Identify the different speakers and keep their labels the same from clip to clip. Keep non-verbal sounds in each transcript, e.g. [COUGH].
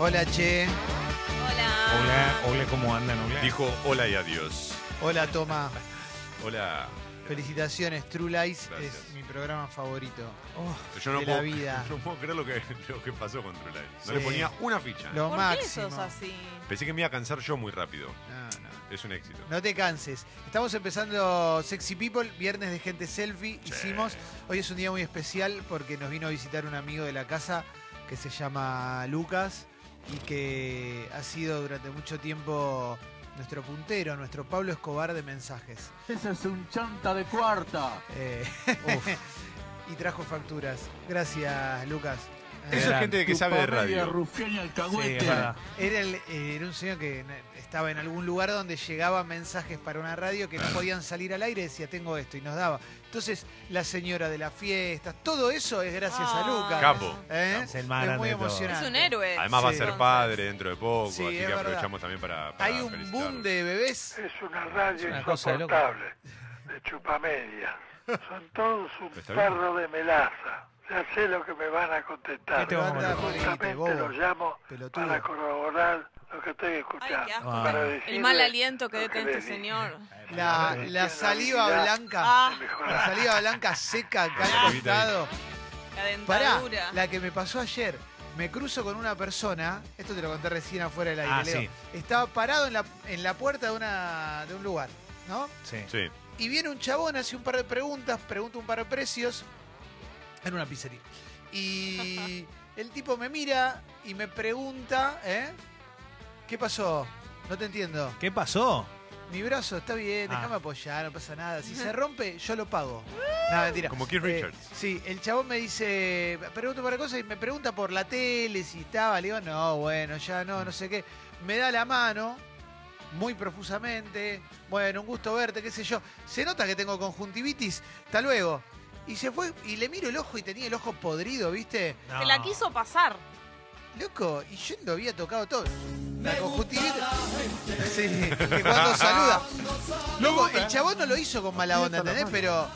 Speaker 1: Hola, che.
Speaker 2: Hola, hola, ¿cómo andan? Hola.
Speaker 3: Dijo hola y adiós.
Speaker 1: Hola, Toma.
Speaker 3: Hola.
Speaker 1: Felicitaciones. True Lies
Speaker 3: Gracias. Oh,
Speaker 1: es mi programa favorito
Speaker 3: Yo no,
Speaker 1: de
Speaker 3: puedo,
Speaker 1: la vida.
Speaker 3: yo [LAUGHS] no puedo creer lo que, lo que pasó con True Lies.
Speaker 1: Sí.
Speaker 3: No le ponía una ficha.
Speaker 1: Lo
Speaker 4: ¿Por
Speaker 1: máximo.
Speaker 4: qué sos así?
Speaker 3: Pensé que me iba a cansar yo muy rápido.
Speaker 1: No, no.
Speaker 3: Es un éxito.
Speaker 1: No te canses. Estamos empezando Sexy People, viernes de gente selfie. Hicimos. Hoy es un día muy especial porque nos vino a visitar un amigo de la casa que se llama Lucas y que ha sido durante mucho tiempo nuestro puntero, nuestro Pablo Escobar de mensajes.
Speaker 5: Ese es un chanta de cuarta.
Speaker 1: Eh, [LAUGHS] y trajo facturas. Gracias, Lucas. Eh,
Speaker 3: Eso es
Speaker 2: Gran.
Speaker 3: gente que sabe de radio.
Speaker 5: Rufián y
Speaker 2: Sí,
Speaker 5: alcahuete.
Speaker 2: es verdad.
Speaker 1: Era, el- eh, era un señor que na- estaba en algún lugar donde llegaban mensajes para una radio que no podían salir al aire, decía tengo esto y nos daba. Entonces, la señora de las fiestas, todo eso es gracias a
Speaker 4: Ah.
Speaker 1: Lucas.
Speaker 3: Capo.
Speaker 1: ¿Eh?
Speaker 2: Es el más grande
Speaker 1: muy
Speaker 2: de todos.
Speaker 1: emocionante.
Speaker 4: Es un héroe.
Speaker 3: Además va a
Speaker 1: Sí.
Speaker 3: ser padre dentro de poco,
Speaker 1: Sí,
Speaker 3: así
Speaker 1: es
Speaker 3: que
Speaker 1: verdad.
Speaker 3: aprovechamos también para, para
Speaker 2: Ah,
Speaker 1: Hay un
Speaker 3: felicitarlo.
Speaker 1: boom de bebés.
Speaker 6: Es una radio
Speaker 2: Es una cosa de loco.
Speaker 6: insoportable, de chupamedia. Son todos un
Speaker 3: ¿Está bien?
Speaker 6: perro de melaza. Ya sé lo que me van a contestar.
Speaker 2: ¿Qué te Este vamos a
Speaker 1: Levanta,
Speaker 2: contestar?
Speaker 1: morite,
Speaker 6: Justamente
Speaker 1: bobo.
Speaker 6: los llamo
Speaker 1: pelotudo.
Speaker 6: para corroborar lo que estoy
Speaker 4: Ay, qué
Speaker 6: escuchando.
Speaker 4: asco.
Speaker 2: Ah.
Speaker 6: Para
Speaker 4: El
Speaker 6: decirles
Speaker 4: mal aliento que
Speaker 6: lo
Speaker 4: dete este
Speaker 6: les dije.
Speaker 4: señor.
Speaker 1: La,
Speaker 6: Sí.
Speaker 1: la saliva
Speaker 6: Navidad.
Speaker 1: blanca.
Speaker 4: Ah.
Speaker 1: La saliva blanca seca acá
Speaker 3: Ah.
Speaker 1: al costado.
Speaker 4: La
Speaker 1: Pará,
Speaker 4: dentadura.
Speaker 1: la que me pasó ayer. Me cruzo con una persona, esto te lo conté recién afuera del aire,
Speaker 2: Ah,
Speaker 1: Leo.
Speaker 2: sí.
Speaker 1: Estaba parado en la, en la puerta de, una, de un lugar, ¿no?
Speaker 2: Sí.
Speaker 3: Sí.
Speaker 1: Y viene un chabón, hace un par de preguntas, pregunta un par de precios en una pizzería. Y el tipo me mira y me pregunta, ¿eh? ¿Qué pasó? No te entiendo.
Speaker 2: ¿Qué pasó?
Speaker 1: Mi brazo está bien,
Speaker 2: Ah.
Speaker 1: déjame apoyar, no pasa nada. Si se rompe, yo lo pago. No, mentira.
Speaker 3: Como Keith
Speaker 1: Eh,
Speaker 3: Richards.
Speaker 1: sí, el chabón me dice, pregunto para cosas y me pregunta por la tele, si estaba. Le digo, no, bueno, ya no, no sé qué. Me da la mano, muy profusamente. Bueno, un gusto verte, qué sé yo. Se nota que tengo conjuntivitis. Hasta luego. Y se fue, y le miro el ojo y tenía el ojo podrido, ¿viste?
Speaker 4: Te la quiso pasar.
Speaker 1: Loco, y yo lo había tocado todo. La conjuntivitis. Sí, que [LAUGHS] cuando saluda. Loco, el chabón no lo hizo con mala onda, ¿entendés? Pero.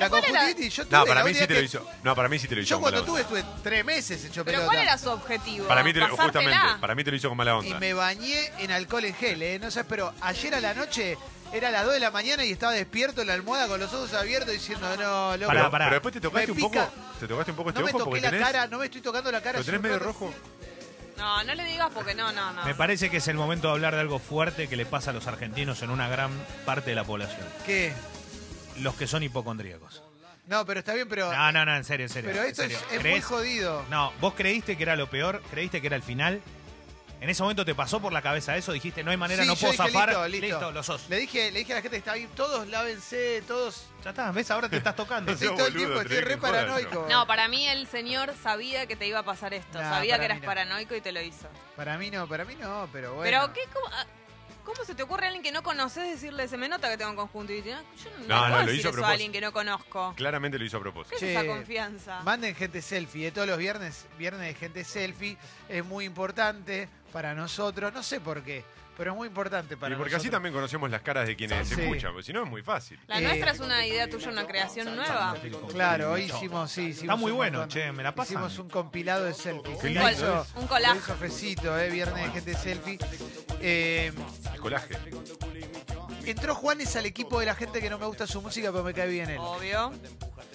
Speaker 1: La
Speaker 4: ¿cuál era?
Speaker 1: conjuntivitis, yo tuve.
Speaker 3: No,
Speaker 1: la
Speaker 3: para mí
Speaker 1: única
Speaker 3: sí te
Speaker 1: que-
Speaker 3: lo hizo. No, para mí sí te lo hizo.
Speaker 1: Yo
Speaker 3: con
Speaker 1: cuando
Speaker 3: mala
Speaker 1: tuve
Speaker 3: onda.
Speaker 1: estuve tres meses hecho
Speaker 4: Pero
Speaker 1: pelota.
Speaker 4: ¿cuál era su objetivo?
Speaker 3: Para mí te lo,
Speaker 4: Pasártela.
Speaker 3: justamente, para mí te lo hizo con mala
Speaker 1: Y
Speaker 3: onda.
Speaker 1: me bañé en alcohol en gel, ¿eh? No sé, pero ayer a la noche era las 2 de la mañana y estaba despierto en la almohada con los ojos abiertos diciendo, no, loco.
Speaker 3: Pero,
Speaker 2: Pará, pará.
Speaker 3: pero después te tocaste
Speaker 1: Me
Speaker 3: un poco,
Speaker 1: pica.
Speaker 3: te tocaste un poco este
Speaker 1: No me
Speaker 3: ojo
Speaker 1: toqué
Speaker 3: porque
Speaker 1: la
Speaker 3: tenés,
Speaker 1: cara, no me estoy tocando la cara.
Speaker 3: lo tenés
Speaker 1: hace un
Speaker 3: medio
Speaker 1: rato.
Speaker 3: rojo.
Speaker 4: No, no le digas porque no, no, no.
Speaker 2: Me parece que es el momento de hablar de algo fuerte que le pasa a los argentinos en una gran parte de la población.
Speaker 1: ¿Qué?
Speaker 2: Los que son hipocondríacos.
Speaker 1: No, pero está bien, pero.
Speaker 2: No, no, no, en serio, en serio.
Speaker 1: pero
Speaker 2: en
Speaker 1: esto es,
Speaker 2: serio.
Speaker 1: es muy
Speaker 2: ¿Crees?
Speaker 1: jodido.
Speaker 2: No, vos creíste que era lo peor, creíste que era el final. En ese momento te pasó por la cabeza eso, dijiste, no hay manera,
Speaker 1: Sí,
Speaker 2: no
Speaker 1: yo
Speaker 2: puedo
Speaker 1: dije,
Speaker 2: zafar.
Speaker 1: listo, listo.
Speaker 2: lo sos.
Speaker 1: Le dije, le dije a la gente que está ahí, todos lávense,
Speaker 2: [LAUGHS]
Speaker 1: todos.
Speaker 2: Ya está, ves, ahora te estás tocando.
Speaker 1: Estoy
Speaker 3: seas
Speaker 1: todo el
Speaker 3: boludo,
Speaker 1: tiempo,
Speaker 3: te
Speaker 1: estoy
Speaker 3: dije
Speaker 1: re
Speaker 3: que jodas,
Speaker 1: paranoico.
Speaker 4: No, para mí el señor sabía que te iba a pasar esto.
Speaker 1: Nah,
Speaker 4: sabía
Speaker 1: para
Speaker 4: que eras
Speaker 1: mí no.
Speaker 4: paranoico y te lo hizo.
Speaker 1: Para mí no, para mí no, pero bueno.
Speaker 4: Pero, ¿qué, cómo, ah, cómo se te ocurre a alguien que no conoces decirle, se me nota que tengo conjuntivitis? No, Yo no, le
Speaker 3: No, no,
Speaker 4: puedo
Speaker 3: lo
Speaker 4: decir eso
Speaker 3: hizo a
Speaker 4: a
Speaker 3: propósito.
Speaker 4: alguien que no conozco.
Speaker 3: Claramente lo hizo a propósito.
Speaker 4: ¿Qué
Speaker 1: Che,
Speaker 4: es esa confianza?
Speaker 1: Manden gente selfie, de todos los viernes, viernes de gente selfie, es muy importante para nosotros, no sé por qué, pero es muy importante para
Speaker 3: y porque así
Speaker 1: nosotros.
Speaker 3: también conocemos las caras de quienes
Speaker 1: Sí.
Speaker 3: escuchan, porque si no es muy fácil.
Speaker 4: La
Speaker 1: Eh,
Speaker 4: nuestra es una idea tuya, una creación nueva.
Speaker 1: [LAUGHS] Claro, hoy hicimos, sí, hicimos
Speaker 2: Está muy
Speaker 1: un
Speaker 2: bueno,
Speaker 1: montón.
Speaker 2: che, me la pasan.
Speaker 1: Hicimos un compilado de selfies.
Speaker 3: Qué
Speaker 1: Lo
Speaker 3: lindo
Speaker 1: hizo-
Speaker 4: es. Un
Speaker 1: Lo
Speaker 4: collage.
Speaker 1: hizo Fecito, eh, viernes de gente selfie. Eh,
Speaker 3: El colaje.
Speaker 1: entró Juanes al equipo de la gente que no me gusta su música, pero me cae bien él.
Speaker 4: Obvio,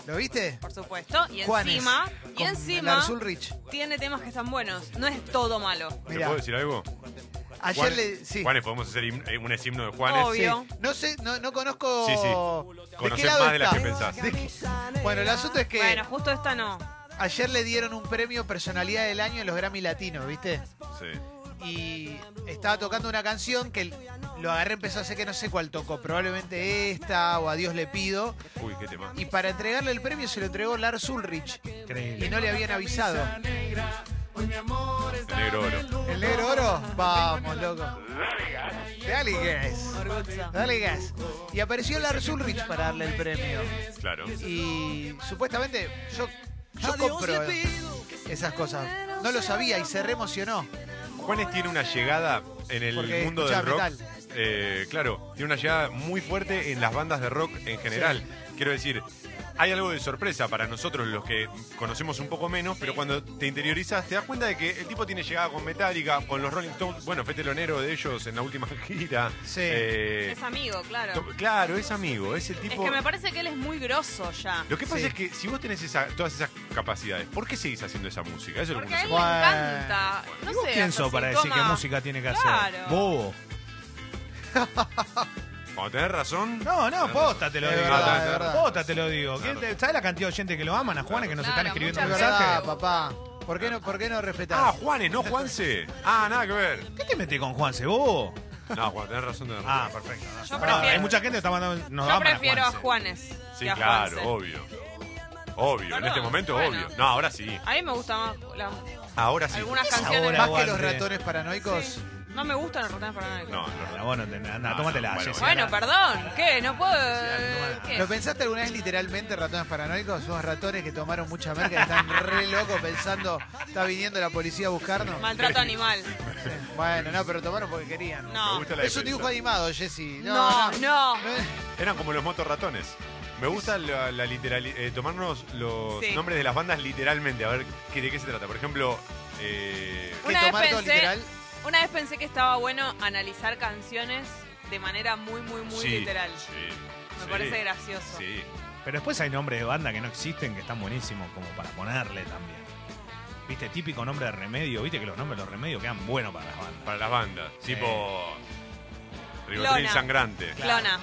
Speaker 1: ¿Lo viste?
Speaker 4: por supuesto. Y
Speaker 1: Juanes,
Speaker 4: encima, y
Speaker 1: con
Speaker 4: encima
Speaker 1: Lars Ulrich.
Speaker 4: tiene temas que están buenos. No es todo malo.
Speaker 3: ¿Te
Speaker 1: Mirá.
Speaker 3: puedo decir algo?
Speaker 1: Ayer
Speaker 3: Juanes,
Speaker 1: le. Sí.
Speaker 3: Juanes, podemos hacer him- eh, un es himno de Juanes.
Speaker 4: Obvio.
Speaker 1: Sí. No sé, no, no conozco.
Speaker 3: Sí, sí.
Speaker 1: ¿De qué
Speaker 3: Conocés
Speaker 1: lado
Speaker 3: más de las
Speaker 1: está?
Speaker 3: que pensás.
Speaker 1: De- Bueno, el asunto es que
Speaker 4: Bueno, justo esta no.
Speaker 1: ayer le dieron un premio Personalidad del Año en los Grammy Latinos, ¿viste?
Speaker 3: Sí.
Speaker 1: Y estaba tocando una canción que lo agarré, empezó a hacer que no sé cuál tocó, probablemente esta o A Dios le pido.
Speaker 3: Uy, qué tema.
Speaker 1: Y para entregarle el premio se lo entregó Lars Ulrich y
Speaker 2: Increíble.
Speaker 1: no le habían avisado.
Speaker 3: El negro oro.
Speaker 1: ¿El negro oro? Vamos, loco. Dale gas.
Speaker 4: Orgullo.
Speaker 1: Dale gas. Y apareció Lars Ulrich para darle el premio.
Speaker 3: Claro.
Speaker 1: Y supuestamente yo, yo compro esas cosas. No lo sabía y se reemocionó.
Speaker 3: Juanes tiene una llegada en el
Speaker 1: Porque
Speaker 3: mundo del rock.
Speaker 1: escuchaba
Speaker 3: eh, claro, tiene una llegada muy fuerte en las bandas de rock en general. Quiero decir, hay algo de sorpresa para nosotros, los que conocemos un poco menos, pero cuando te interiorizas te das cuenta de que el tipo tiene llegada con Metallica, con los Rolling Stones. Bueno, fue telonero de ellos en la última [LAUGHS] gira.
Speaker 1: Sí.
Speaker 3: Eh,
Speaker 4: Es amigo, claro.
Speaker 3: to- claro, es amigo, es el
Speaker 4: Es
Speaker 3: tipo...
Speaker 4: que me parece que él es muy grosso ya.
Speaker 3: Lo que pasa
Speaker 1: Sí.
Speaker 3: es que si vos tenés esa- todas esas capacidades, ¿por qué seguís haciendo esa música? Eso es lo que
Speaker 4: Porque a él
Speaker 3: no
Speaker 4: le
Speaker 3: sé.
Speaker 1: Bueno.
Speaker 4: encanta. No
Speaker 2: ¿Y vos
Speaker 4: sé.
Speaker 2: quién
Speaker 4: hasta
Speaker 2: sos
Speaker 4: si
Speaker 2: para decir
Speaker 4: toma-
Speaker 2: qué música tiene que hacer?
Speaker 4: Claro.
Speaker 2: Bobo.
Speaker 3: Cuando tenés razón,
Speaker 2: No, no, posta te lo
Speaker 1: Es
Speaker 2: digo.
Speaker 1: verdad, es verdad.
Speaker 2: Posta te lo digo. ¿Quién te- ¿Sabes la cantidad de gente que lo aman a Juanes que nos
Speaker 4: Claro,
Speaker 2: están escribiendo
Speaker 1: Es
Speaker 4: muchas
Speaker 1: verdad,
Speaker 2: mensajes?
Speaker 1: papá. ¿Por qué no, por qué no respetás?
Speaker 3: Ah, Juanes, no Juanse. Ah, nada que ver.
Speaker 2: ¿Qué te metes con Juanse, bobo?
Speaker 3: No, Juan, tenés razón, tenés
Speaker 2: Ah,
Speaker 3: razón.
Speaker 2: perfecto. no.
Speaker 4: Yo
Speaker 2: Pará,
Speaker 4: prefiero-
Speaker 2: hay mucha gente que está mandando. Nos
Speaker 4: Yo
Speaker 2: aman
Speaker 4: prefiero a
Speaker 2: Juanse.
Speaker 4: Juanes.
Speaker 3: Sí,
Speaker 4: que a
Speaker 3: claro,
Speaker 4: Juanse.
Speaker 3: obvio. Obvio, en
Speaker 4: Perdón,
Speaker 3: este momento
Speaker 4: bueno.
Speaker 3: obvio. No, ahora sí.
Speaker 4: A mí me gusta más la-
Speaker 3: Ahora sí.
Speaker 4: algunas
Speaker 2: ¿Qué es
Speaker 4: canciones.
Speaker 2: ahora,
Speaker 1: Más
Speaker 2: aguante.
Speaker 1: que los ratones paranoicos.
Speaker 4: Sí. No me gustan los ratones para nadie.
Speaker 3: No, no,
Speaker 2: Ah,
Speaker 3: no.
Speaker 2: Vos no tenés. Anda,
Speaker 3: No,
Speaker 2: tómatela,
Speaker 3: no, bueno,
Speaker 2: Jessica.
Speaker 4: Bueno, perdón. ¿Qué? No puedo. eh,
Speaker 2: Sí,
Speaker 4: ¿Qué?
Speaker 1: ¿Lo pensaste alguna vez literalmente, ratones paranoicos? Son ratones que tomaron mucha merca y están re locos pensando, está viniendo la policía a buscarnos.
Speaker 4: Maltrato animal.
Speaker 1: Sí. Bueno, no, pero tomaron porque querían.
Speaker 3: Me
Speaker 4: No.
Speaker 3: gusta la
Speaker 1: Es un
Speaker 3: defensa.
Speaker 1: dibujo animado, Jessy.
Speaker 4: No, no.
Speaker 3: Eran como los motorratones. Me gusta la, la literali- eh, tomarnos los
Speaker 4: Sí.
Speaker 3: nombres de las bandas literalmente, a ver qué- de qué se trata. Por ejemplo, eh,
Speaker 1: ¿Qué,
Speaker 4: Una vez
Speaker 1: tomar todo
Speaker 4: pensé-
Speaker 1: literal?
Speaker 4: Una vez pensé que estaba bueno analizar canciones de manera muy, muy, muy
Speaker 3: sí,
Speaker 4: literal.
Speaker 3: sí,
Speaker 4: Me
Speaker 3: sí,
Speaker 4: parece gracioso.
Speaker 3: Sí.
Speaker 2: Pero después hay nombres de banda que no existen que están buenísimos como para ponerle también. Viste, típico nombre de remedio. Viste que los nombres de los remedios quedan buenos para las bandas.
Speaker 3: Para las bandas.
Speaker 2: Sí.
Speaker 3: Tipo. Ribotril
Speaker 4: Clona.
Speaker 3: sangrante.
Speaker 4: Clona.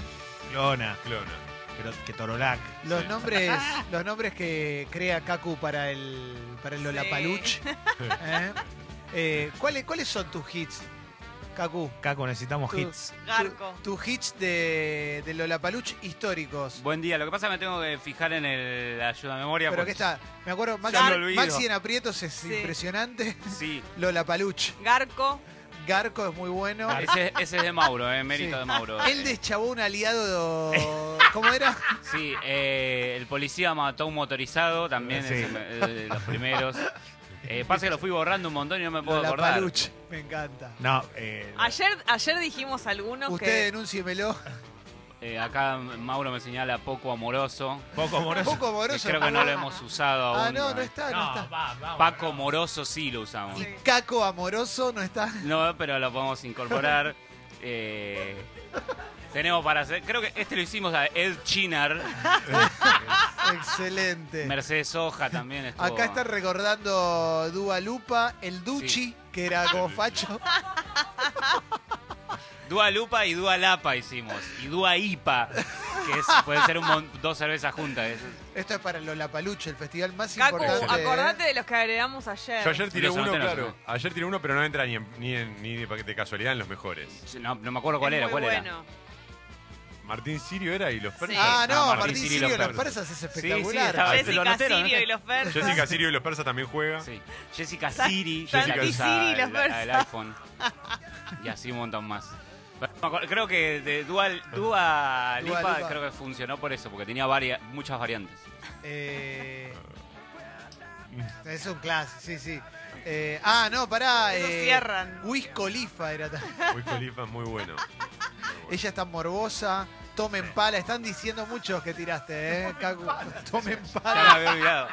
Speaker 2: Clona,
Speaker 3: Clona.
Speaker 2: pero que Torolac.
Speaker 1: Los
Speaker 4: [LAUGHS]
Speaker 3: Sí.
Speaker 1: nombres, los nombres que crea Kaku para el para el
Speaker 4: Sí.
Speaker 1: Lollapalooch. [LAUGHS] ¿Eh? Eh, ¿cuáles, ¿Cuáles son tus hits, Kaku?
Speaker 2: Caco, necesitamos
Speaker 1: Tú.
Speaker 2: hits.
Speaker 4: Garco.
Speaker 1: Tus hits de, de Lollapalooch históricos.
Speaker 7: Buen día, lo que pasa es que me tengo que fijar en el ayuda a memoria.
Speaker 1: Pero que
Speaker 7: porque-
Speaker 1: está, me acuerdo, Maxi,
Speaker 7: Ya lo olvido.
Speaker 1: Maxi en aprietos es
Speaker 4: Sí.
Speaker 1: impresionante. [LAUGHS]
Speaker 7: Sí,
Speaker 1: Lollapalooch.
Speaker 4: Garco.
Speaker 1: Garco es muy bueno.
Speaker 7: ese, ese es de Mauro, eh, mérito
Speaker 1: Sí.
Speaker 7: de Mauro.
Speaker 1: Él deschabó un aliado.
Speaker 7: [LAUGHS]
Speaker 1: ¿Cómo era?
Speaker 7: Sí, eh, el policía mató a un motorizado también,
Speaker 2: Sí.
Speaker 7: es el- el de los primeros. Eh, pasa que lo fui borrando un montón y no me puedo acordar.
Speaker 1: Lollapalooch. Me encanta.
Speaker 2: No, eh.
Speaker 4: Ayer, ayer dijimos algunos
Speaker 1: Usted
Speaker 4: que.
Speaker 7: [LAUGHS]
Speaker 1: denúnciemelo.
Speaker 7: Eh, acá Mauro me señala poco amoroso.
Speaker 4: [LAUGHS]
Speaker 2: Poco amoroso.
Speaker 1: Poco
Speaker 7: que
Speaker 1: moroso.
Speaker 7: creo que no lo eh. hemos usado
Speaker 1: Ah,
Speaker 7: aún.
Speaker 1: no, no está, no, está.
Speaker 2: va, va,
Speaker 7: Paco Moroso sí lo usamos.
Speaker 1: Y Caco Amoroso no
Speaker 4: [LAUGHS]
Speaker 1: está.
Speaker 7: No, pero lo podemos incorporar. Eh, tenemos para hacer. Creo que este lo hicimos a Ed Chinar.
Speaker 1: Excelente.
Speaker 7: Mercedes Hoja también estuvo.
Speaker 1: Acá están recordando Dua Lupa, el Duchi,
Speaker 7: Sí.
Speaker 1: que era como facho.
Speaker 7: Dua Lupa y Dua Lapa hicimos. Y Dua Ipa, que es- puede ser un mon- dos cervezas juntas. Es-
Speaker 1: Esto es para Lollapalooch, el festival más
Speaker 4: Cacu,
Speaker 1: importante. ¿eh?
Speaker 4: acordate de los que agregamos ayer.
Speaker 3: Yo ayer tiré
Speaker 7: Los
Speaker 3: uno,
Speaker 7: anoté, los
Speaker 3: claro. Ayer tiré uno, pero no entra ni, en- ni, en- ni de, de casualidad en los mejores.
Speaker 7: No, no me acuerdo cuál
Speaker 4: Es
Speaker 7: era.
Speaker 4: muy
Speaker 7: cuál era.
Speaker 4: bueno.
Speaker 3: Martín Sirio era y los persas.
Speaker 1: Ah, no,
Speaker 7: Ah,
Speaker 1: Martín,
Speaker 7: Martín Sirio y
Speaker 1: Sirio de
Speaker 7: los
Speaker 1: los Persas es espectacular.
Speaker 7: Sí, sí, estaba-
Speaker 4: Jessica
Speaker 7: Ah, lo anoté, lo
Speaker 4: Sirio
Speaker 7: anoté.
Speaker 4: y los persas.
Speaker 3: Jessica Sirio y los persas también juega.
Speaker 7: Sí. Jessica Siri.
Speaker 4: Santi
Speaker 7: la que usa
Speaker 4: Siri,
Speaker 7: el-
Speaker 4: los versos.
Speaker 7: el iPhone. Y así un montón más. Pero no me acuerdo- Creo que de Dua, Dua
Speaker 1: Dua
Speaker 7: Lipa,
Speaker 1: Lipa.
Speaker 7: creo que funcionó por eso, porque tenía varia- muchas variantes.
Speaker 1: Eh, es un clásico, sí, sí. Eh, ah, no, pará.
Speaker 4: Eso
Speaker 1: eh,
Speaker 4: cierran.
Speaker 1: Wiz Khalifa era también.
Speaker 3: Muy Colifa es muy bueno.
Speaker 1: Ella está morbosa. Tomen pala. Están diciendo muchos que tiraste, ¿eh? Cacu. Tomen
Speaker 7: Ya me
Speaker 1: pala.
Speaker 7: había olvidado.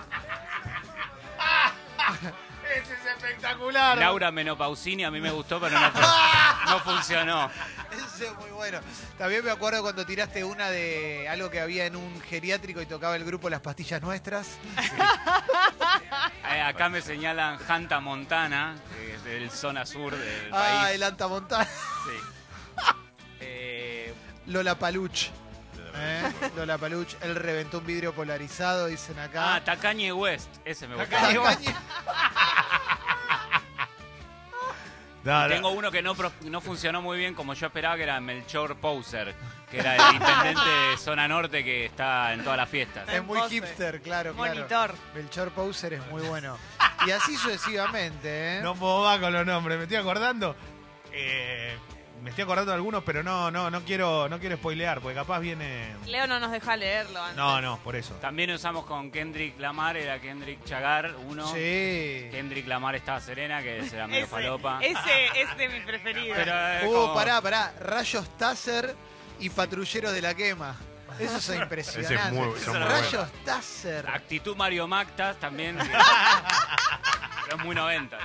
Speaker 2: Ese es espectacular.
Speaker 7: Laura Menopausini a mí me gustó, pero no, no funcionó.
Speaker 1: Eso es muy bueno. También me acuerdo cuando tiraste una de algo que había en un geriátrico y tocaba el grupo Las Pastillas Nuestras.
Speaker 7: Eh, acá me señalan Hanta Montana, que es del zona sur del
Speaker 1: Ah,
Speaker 7: país.
Speaker 1: el Anta Montana.
Speaker 7: Sí. Eh,
Speaker 1: [LAUGHS] Lola Paluch. [LAUGHS] Lola Paluch. Él reventó un vidrio polarizado, dicen acá.
Speaker 7: ah, Tacañe West, ese me gusta.
Speaker 2: Tacañe West.
Speaker 1: Tacañe-
Speaker 2: No, no.
Speaker 7: Tengo uno que no, pro- no funcionó muy bien como yo esperaba, que era Melchor Pouser, que era el intendente de zona norte que está en todas las fiestas.
Speaker 1: Es muy
Speaker 4: Pose.
Speaker 1: hipster, claro, claro.
Speaker 4: Monitor.
Speaker 1: Melchor Pauser es muy bueno. Y así sucesivamente, ¿eh?
Speaker 2: No puedo va con los nombres, me estoy acordando. Eh, me estoy acordando de algunos, pero no, no, no quiero, no quiero spoilear, porque capaz viene.
Speaker 4: Leo no nos deja leerlo antes.
Speaker 2: No, no, por eso.
Speaker 7: También usamos con Kendrick Lamar, era Kendrick Chagar, uno.
Speaker 1: Sí.
Speaker 7: Kendrick Lamar estaba serena, que será medio falopa.
Speaker 4: Ese, ese es de mi preferido.
Speaker 7: Pero, eh,
Speaker 1: Uh,
Speaker 7: como-
Speaker 1: pará, pará. Rayos Taser y Patrulleros de la Quema. Eso es impresionante.
Speaker 3: Ese es muy- son
Speaker 7: muy
Speaker 1: Rayos Taser.
Speaker 7: Actitud Mario Mactas también. que- pero es muy 90.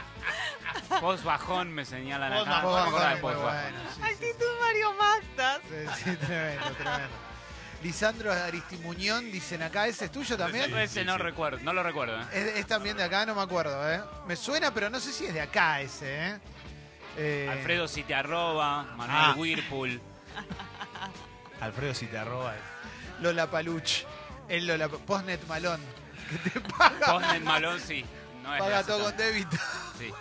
Speaker 7: Post bajón me señalan
Speaker 2: Post
Speaker 7: acá.
Speaker 2: bajón,
Speaker 7: ¿Te acordás de
Speaker 1: Muy
Speaker 7: post bajón?
Speaker 1: bueno, sí, sí,
Speaker 4: Actitud Mario Magdas.
Speaker 1: sí, sí, tremendo, tremendo. Lisandro Aristimuñón, dicen acá, ¿ese es tuyo también?
Speaker 7: Ese no
Speaker 3: sí.
Speaker 7: recuerdo, no lo recuerdo. ¿eh?
Speaker 1: Es, es también de acá, no me acuerdo, ¿eh? Me suena, pero no sé si es de acá ese, ¿eh? Eh,
Speaker 7: Alfredo si te arroba, Manuel
Speaker 2: Ah.
Speaker 7: Whirlpool.
Speaker 2: Alfredo, si te arroba.
Speaker 1: Lola Paluch. El Lola Postnet Malón. Que te paga.
Speaker 7: Postnet Malón, sí. No es de
Speaker 1: paga
Speaker 7: hace
Speaker 1: todo con
Speaker 7: tanto.
Speaker 1: débito.
Speaker 7: Sí.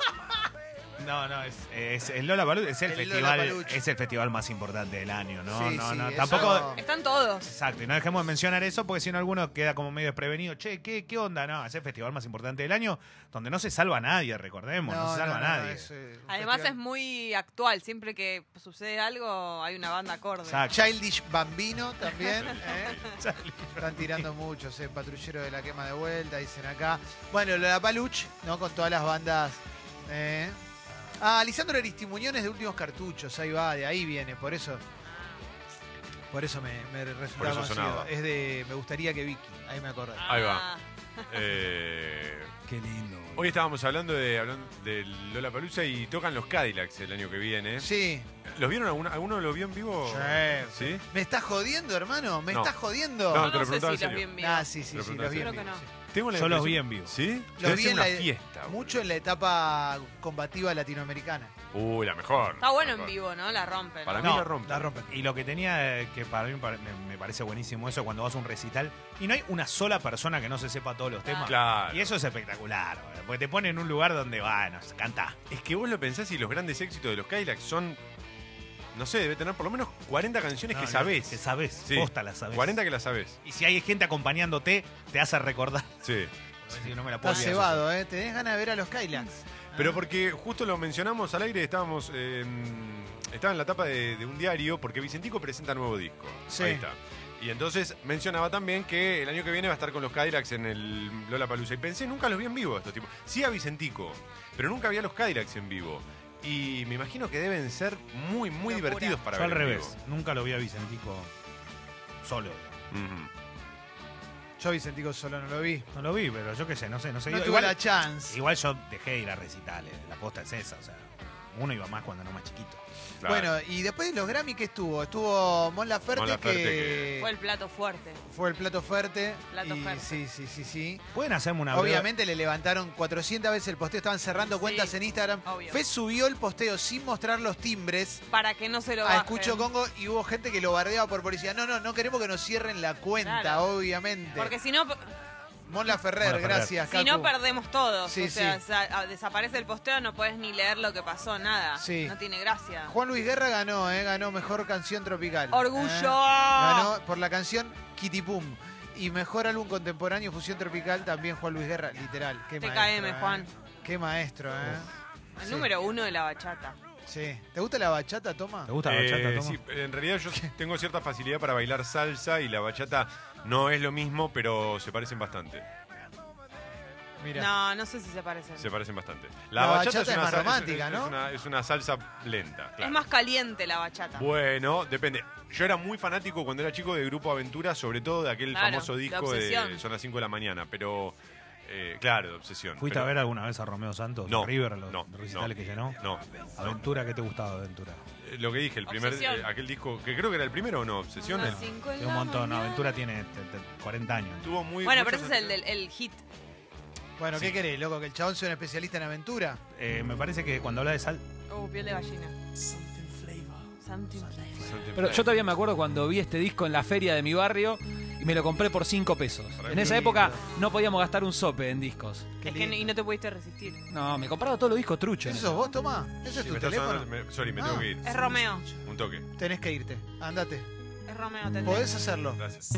Speaker 2: No, no, es, es el Lola Paluch, es el,
Speaker 1: El
Speaker 2: festival,
Speaker 1: Lollapalooza.
Speaker 2: es el festival más importante del año, ¿no?
Speaker 1: Sí,
Speaker 2: no,
Speaker 1: sí,
Speaker 2: no,
Speaker 1: eso-
Speaker 2: tampoco.
Speaker 4: Están todos.
Speaker 2: Exacto, y no dejemos de mencionar eso porque si no alguno queda como medio desprevenido. Che, ¿qué, qué onda? No, es el festival más importante del año donde no se salva a nadie, recordemos, no, se salva a nadie.
Speaker 1: es, eh, un
Speaker 4: Además es
Speaker 1: festival.
Speaker 4: muy actual. Siempre que sucede algo hay una banda acorde.
Speaker 2: Exacto.
Speaker 1: Ah, Childish Bambino también. ¿eh? Están tirando muchos, ¿eh? Patrullero de la quema de vuelta, dicen acá. Bueno, Lola Paluch, ¿no? Con todas las bandas. ¿eh? Ah, Lisandro Aristimuñón es de últimos cartuchos, ahí va, de ahí viene, por eso. Por eso me, me resulta
Speaker 3: Por eso
Speaker 1: conocido.
Speaker 3: sonaba.
Speaker 1: Es de Me gustaría que Vicky, ahí me acordé.
Speaker 3: Ahí va.
Speaker 4: Ah,
Speaker 3: Eh,
Speaker 2: Qué lindo.
Speaker 3: hoy estábamos hablando de, hablando de Lola Palusa y tocan los Cadillacs el año que viene.
Speaker 1: Sí.
Speaker 3: ¿Los vieron? ¿Alguno, alguno lo vio en vivo?
Speaker 1: Sí.
Speaker 3: ¿Sí?
Speaker 1: ¿Me estás jodiendo, hermano? ¿Me
Speaker 3: No.
Speaker 1: estás jodiendo?
Speaker 3: No,
Speaker 4: No,
Speaker 3: te lo
Speaker 4: sé
Speaker 3: preguntaba en
Speaker 4: si los
Speaker 3: serio.
Speaker 4: vi en vivo.
Speaker 1: Ah, sí, sí,
Speaker 3: Pero
Speaker 1: sí, los vi.
Speaker 4: Creo
Speaker 1: en
Speaker 4: que
Speaker 1: vivo,
Speaker 4: no.
Speaker 1: sí.
Speaker 3: Tengo la
Speaker 2: Yo los
Speaker 3: impresión-
Speaker 2: vi en vivo.
Speaker 3: ¿Sí?
Speaker 1: Los
Speaker 3: Debe
Speaker 1: vi
Speaker 3: ser
Speaker 1: en
Speaker 3: una
Speaker 1: la-
Speaker 3: fiesta. boludo.
Speaker 1: Mucho en la etapa combativa latinoamericana.
Speaker 3: Uh, la mejor.
Speaker 4: Está bueno
Speaker 3: La
Speaker 4: en
Speaker 3: mejor.
Speaker 4: vivo, ¿no? La rompen.
Speaker 3: Para mí
Speaker 2: No,
Speaker 3: la rompe.
Speaker 1: La rompen.
Speaker 2: Y lo que tenía, eh, que para mí me pare- me parece buenísimo eso, cuando vas a un recital y no hay una sola persona que no se sepa todos los temas.
Speaker 3: Claro.
Speaker 2: Y eso es espectacular, boludo, porque te pone en un lugar donde, bueno, canta.
Speaker 3: Es que vos lo pensás y los grandes éxitos de los Cadillacs son. No sé, debe tener por lo menos 40 canciones
Speaker 2: No,
Speaker 3: que
Speaker 2: no,
Speaker 3: sabés.
Speaker 2: Que sabés,
Speaker 3: Sí.
Speaker 2: posta la sabés.
Speaker 3: 40 que las sabés.
Speaker 2: Y si hay gente acompañándote, te hace recordar.
Speaker 3: Sí.
Speaker 2: Sí, no me la puedo
Speaker 1: Estás
Speaker 2: olvidar.
Speaker 1: cebado, ¿eh? Tenés ganas de ver a los Kylax. Ah.
Speaker 3: Pero porque justo lo mencionamos al aire, estábamos. eh, estaba en la tapa de, de un diario, porque Vicentico presenta nuevo disco.
Speaker 1: Sí.
Speaker 3: Ahí está. Y entonces mencionaba también que el año que viene va a estar con los Cadillacs en el Lola Palusa. Y pensé, nunca los vi en vivo a estos tipos. Sí a Vicentico, pero nunca vi a los Cadillacs en vivo. Y me imagino que deben ser muy,
Speaker 4: Locura.
Speaker 3: muy divertidos para
Speaker 2: Yo al
Speaker 3: ver. en
Speaker 2: revés, nunca lo vi a Vicentico solo.
Speaker 3: vivo. Ujú.
Speaker 1: Yo Vicentico solo no lo vi.
Speaker 2: No lo vi, pero yo qué sé, no sé, no sé.
Speaker 1: No tuve
Speaker 2: igual,
Speaker 1: la chance.
Speaker 2: igual yo dejé de ir a recitales, la posta es esa, o sea, uno iba más cuando era más chiquito.
Speaker 3: Claro.
Speaker 1: Bueno, y después de los Grammy, ¿qué estuvo? Estuvo Mon Laferte,
Speaker 3: Mon Laferte,
Speaker 1: que,
Speaker 4: Fue el plato fuerte.
Speaker 1: fue el plato fuerte.
Speaker 4: Plato
Speaker 1: y
Speaker 4: fuerte.
Speaker 1: Sí, sí, sí, sí.
Speaker 2: Pueden hacerme una breve-
Speaker 1: Obviamente le levantaron 400 veces el posteo, estaban cerrando
Speaker 4: Sí,
Speaker 1: cuentas en Instagram.
Speaker 4: obvio.
Speaker 1: Fe subió el posteo sin mostrar los timbres.
Speaker 4: Para que no se lo
Speaker 1: a
Speaker 4: bajen.
Speaker 1: Ah, Escucho Congo y hubo gente que lo bardeaba por policía. No, no, no queremos que nos cierren la cuenta,
Speaker 4: Claro.
Speaker 1: obviamente.
Speaker 4: Porque si no,
Speaker 1: Mon Laferrer,
Speaker 2: Mon Laferrer.
Speaker 1: gracias,
Speaker 4: si no
Speaker 1: Cacu.
Speaker 4: perdemos todos.
Speaker 1: Sí,
Speaker 4: o sea,
Speaker 1: sí.
Speaker 4: sa- a- desaparece el posteo, no puedes ni leer lo que pasó, nada.
Speaker 1: Sí.
Speaker 4: No tiene gracia.
Speaker 1: Juan Luis Guerra ganó, ¿eh? ganó mejor canción tropical.
Speaker 4: Orgullo.
Speaker 1: ¿eh? Ganó por la canción Kitty Pum. Y mejor álbum contemporáneo Fusión Tropical también Juan Luis Guerra, literal. Qué
Speaker 4: TKM,
Speaker 1: maestro, ¿eh?
Speaker 4: Juan.
Speaker 1: Qué maestro, ¿eh?
Speaker 4: El
Speaker 1: Sí,
Speaker 4: número uno de la bachata.
Speaker 1: Sí. ¿Te gusta la bachata, Toma?
Speaker 2: ¿Te gusta la
Speaker 3: Eh,
Speaker 2: bachata, Toma?
Speaker 3: sí, en realidad yo [LAUGHS] tengo cierta facilidad para bailar salsa y la bachata no es lo mismo, pero se parecen bastante.
Speaker 1: Mira.
Speaker 4: No, no sé si se parecen.
Speaker 3: Se parecen bastante.
Speaker 1: La bachata es más
Speaker 3: sal-
Speaker 1: romántica,
Speaker 3: es-
Speaker 1: ¿no?
Speaker 3: Es una, es una salsa lenta. claro.
Speaker 4: Es más caliente la bachata.
Speaker 3: Bueno, depende. Yo era muy fanático cuando era chico de Grupo Aventura, sobre todo de aquel
Speaker 4: Claro,
Speaker 3: famoso
Speaker 4: de
Speaker 3: disco de
Speaker 4: Obsesión.
Speaker 3: Son las 5 de la mañana, pero eh, claro, de obsesión.
Speaker 2: ¿Fuiste
Speaker 3: Pero-
Speaker 2: a ver alguna vez a Romeo Santos?
Speaker 3: No,
Speaker 2: River, los
Speaker 3: no,
Speaker 2: recitales
Speaker 3: no.
Speaker 2: que llenó.
Speaker 3: No,
Speaker 2: Aventura, ¿qué te gustaba, Aventura?
Speaker 3: eh, lo que dije, el primer,
Speaker 4: Obsesión.
Speaker 3: eh, aquel disco, que creo que era el primero o no, Obsesión. eh,
Speaker 4: Unas
Speaker 3: el-
Speaker 4: cinco en
Speaker 2: un
Speaker 4: la
Speaker 2: montón, no,
Speaker 4: mañana.
Speaker 2: Aventura tiene te- te- 40 años.
Speaker 3: Tuvo muy
Speaker 4: Bueno, pero
Speaker 3: muchas
Speaker 4: ese es el,
Speaker 3: anteriores.
Speaker 4: del- el hit.
Speaker 1: Bueno, ¿qué querés, loco? Que el chabón sea un especialista en aventura.
Speaker 2: Eh, me parece que cuando habla de sal...
Speaker 4: Uh, piel de gallina. Something flavor.
Speaker 8: Pero yo todavía me acuerdo cuando vi este disco en la feria de mi barrio y me lo compré por 5 pesos. En esa época no podíamos gastar un sope en discos.
Speaker 1: Qué
Speaker 4: Es que no- y
Speaker 1: lindo.
Speaker 4: no te pudiste resistir.
Speaker 8: No, me compraba todos los discos truchos.
Speaker 1: ¿Eso sos vos, Toma? ¿Eso es
Speaker 3: Sí,
Speaker 1: tu
Speaker 3: me está
Speaker 1: teléfono?
Speaker 3: sonando- me- sorry, me
Speaker 1: Ah.
Speaker 3: tengo que ir.
Speaker 4: Es Romeo.
Speaker 3: Un toque.
Speaker 1: Tenés que irte. Andate.
Speaker 4: Es Romeo, te
Speaker 1: Podés hacerlo.
Speaker 3: Gracias.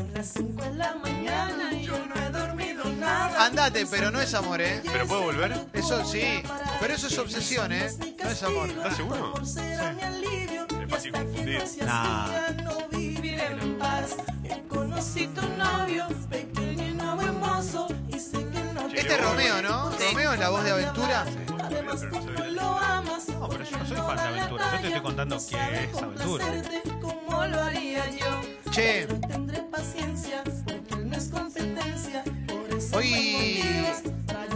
Speaker 1: Andate, pero no es amor, ¿eh?
Speaker 3: ¿Pero puedo volver?
Speaker 1: Eso sí. Pero eso es obsesión, ¿eh? No es amor.
Speaker 3: ¿Estás seguro? Es fácil confundir.
Speaker 2: Nah.
Speaker 9: Eh,
Speaker 1: Este es Romeo, ¿no? Romeo es la voz de aventura.
Speaker 3: No, pero yo
Speaker 2: yo no soy fan de aventura, yo te estoy contando qué es aventura.
Speaker 9: Como lo haría yo.
Speaker 1: Che,
Speaker 9: No tendré paciencia porque él no es competencia. Por eso
Speaker 1: hoy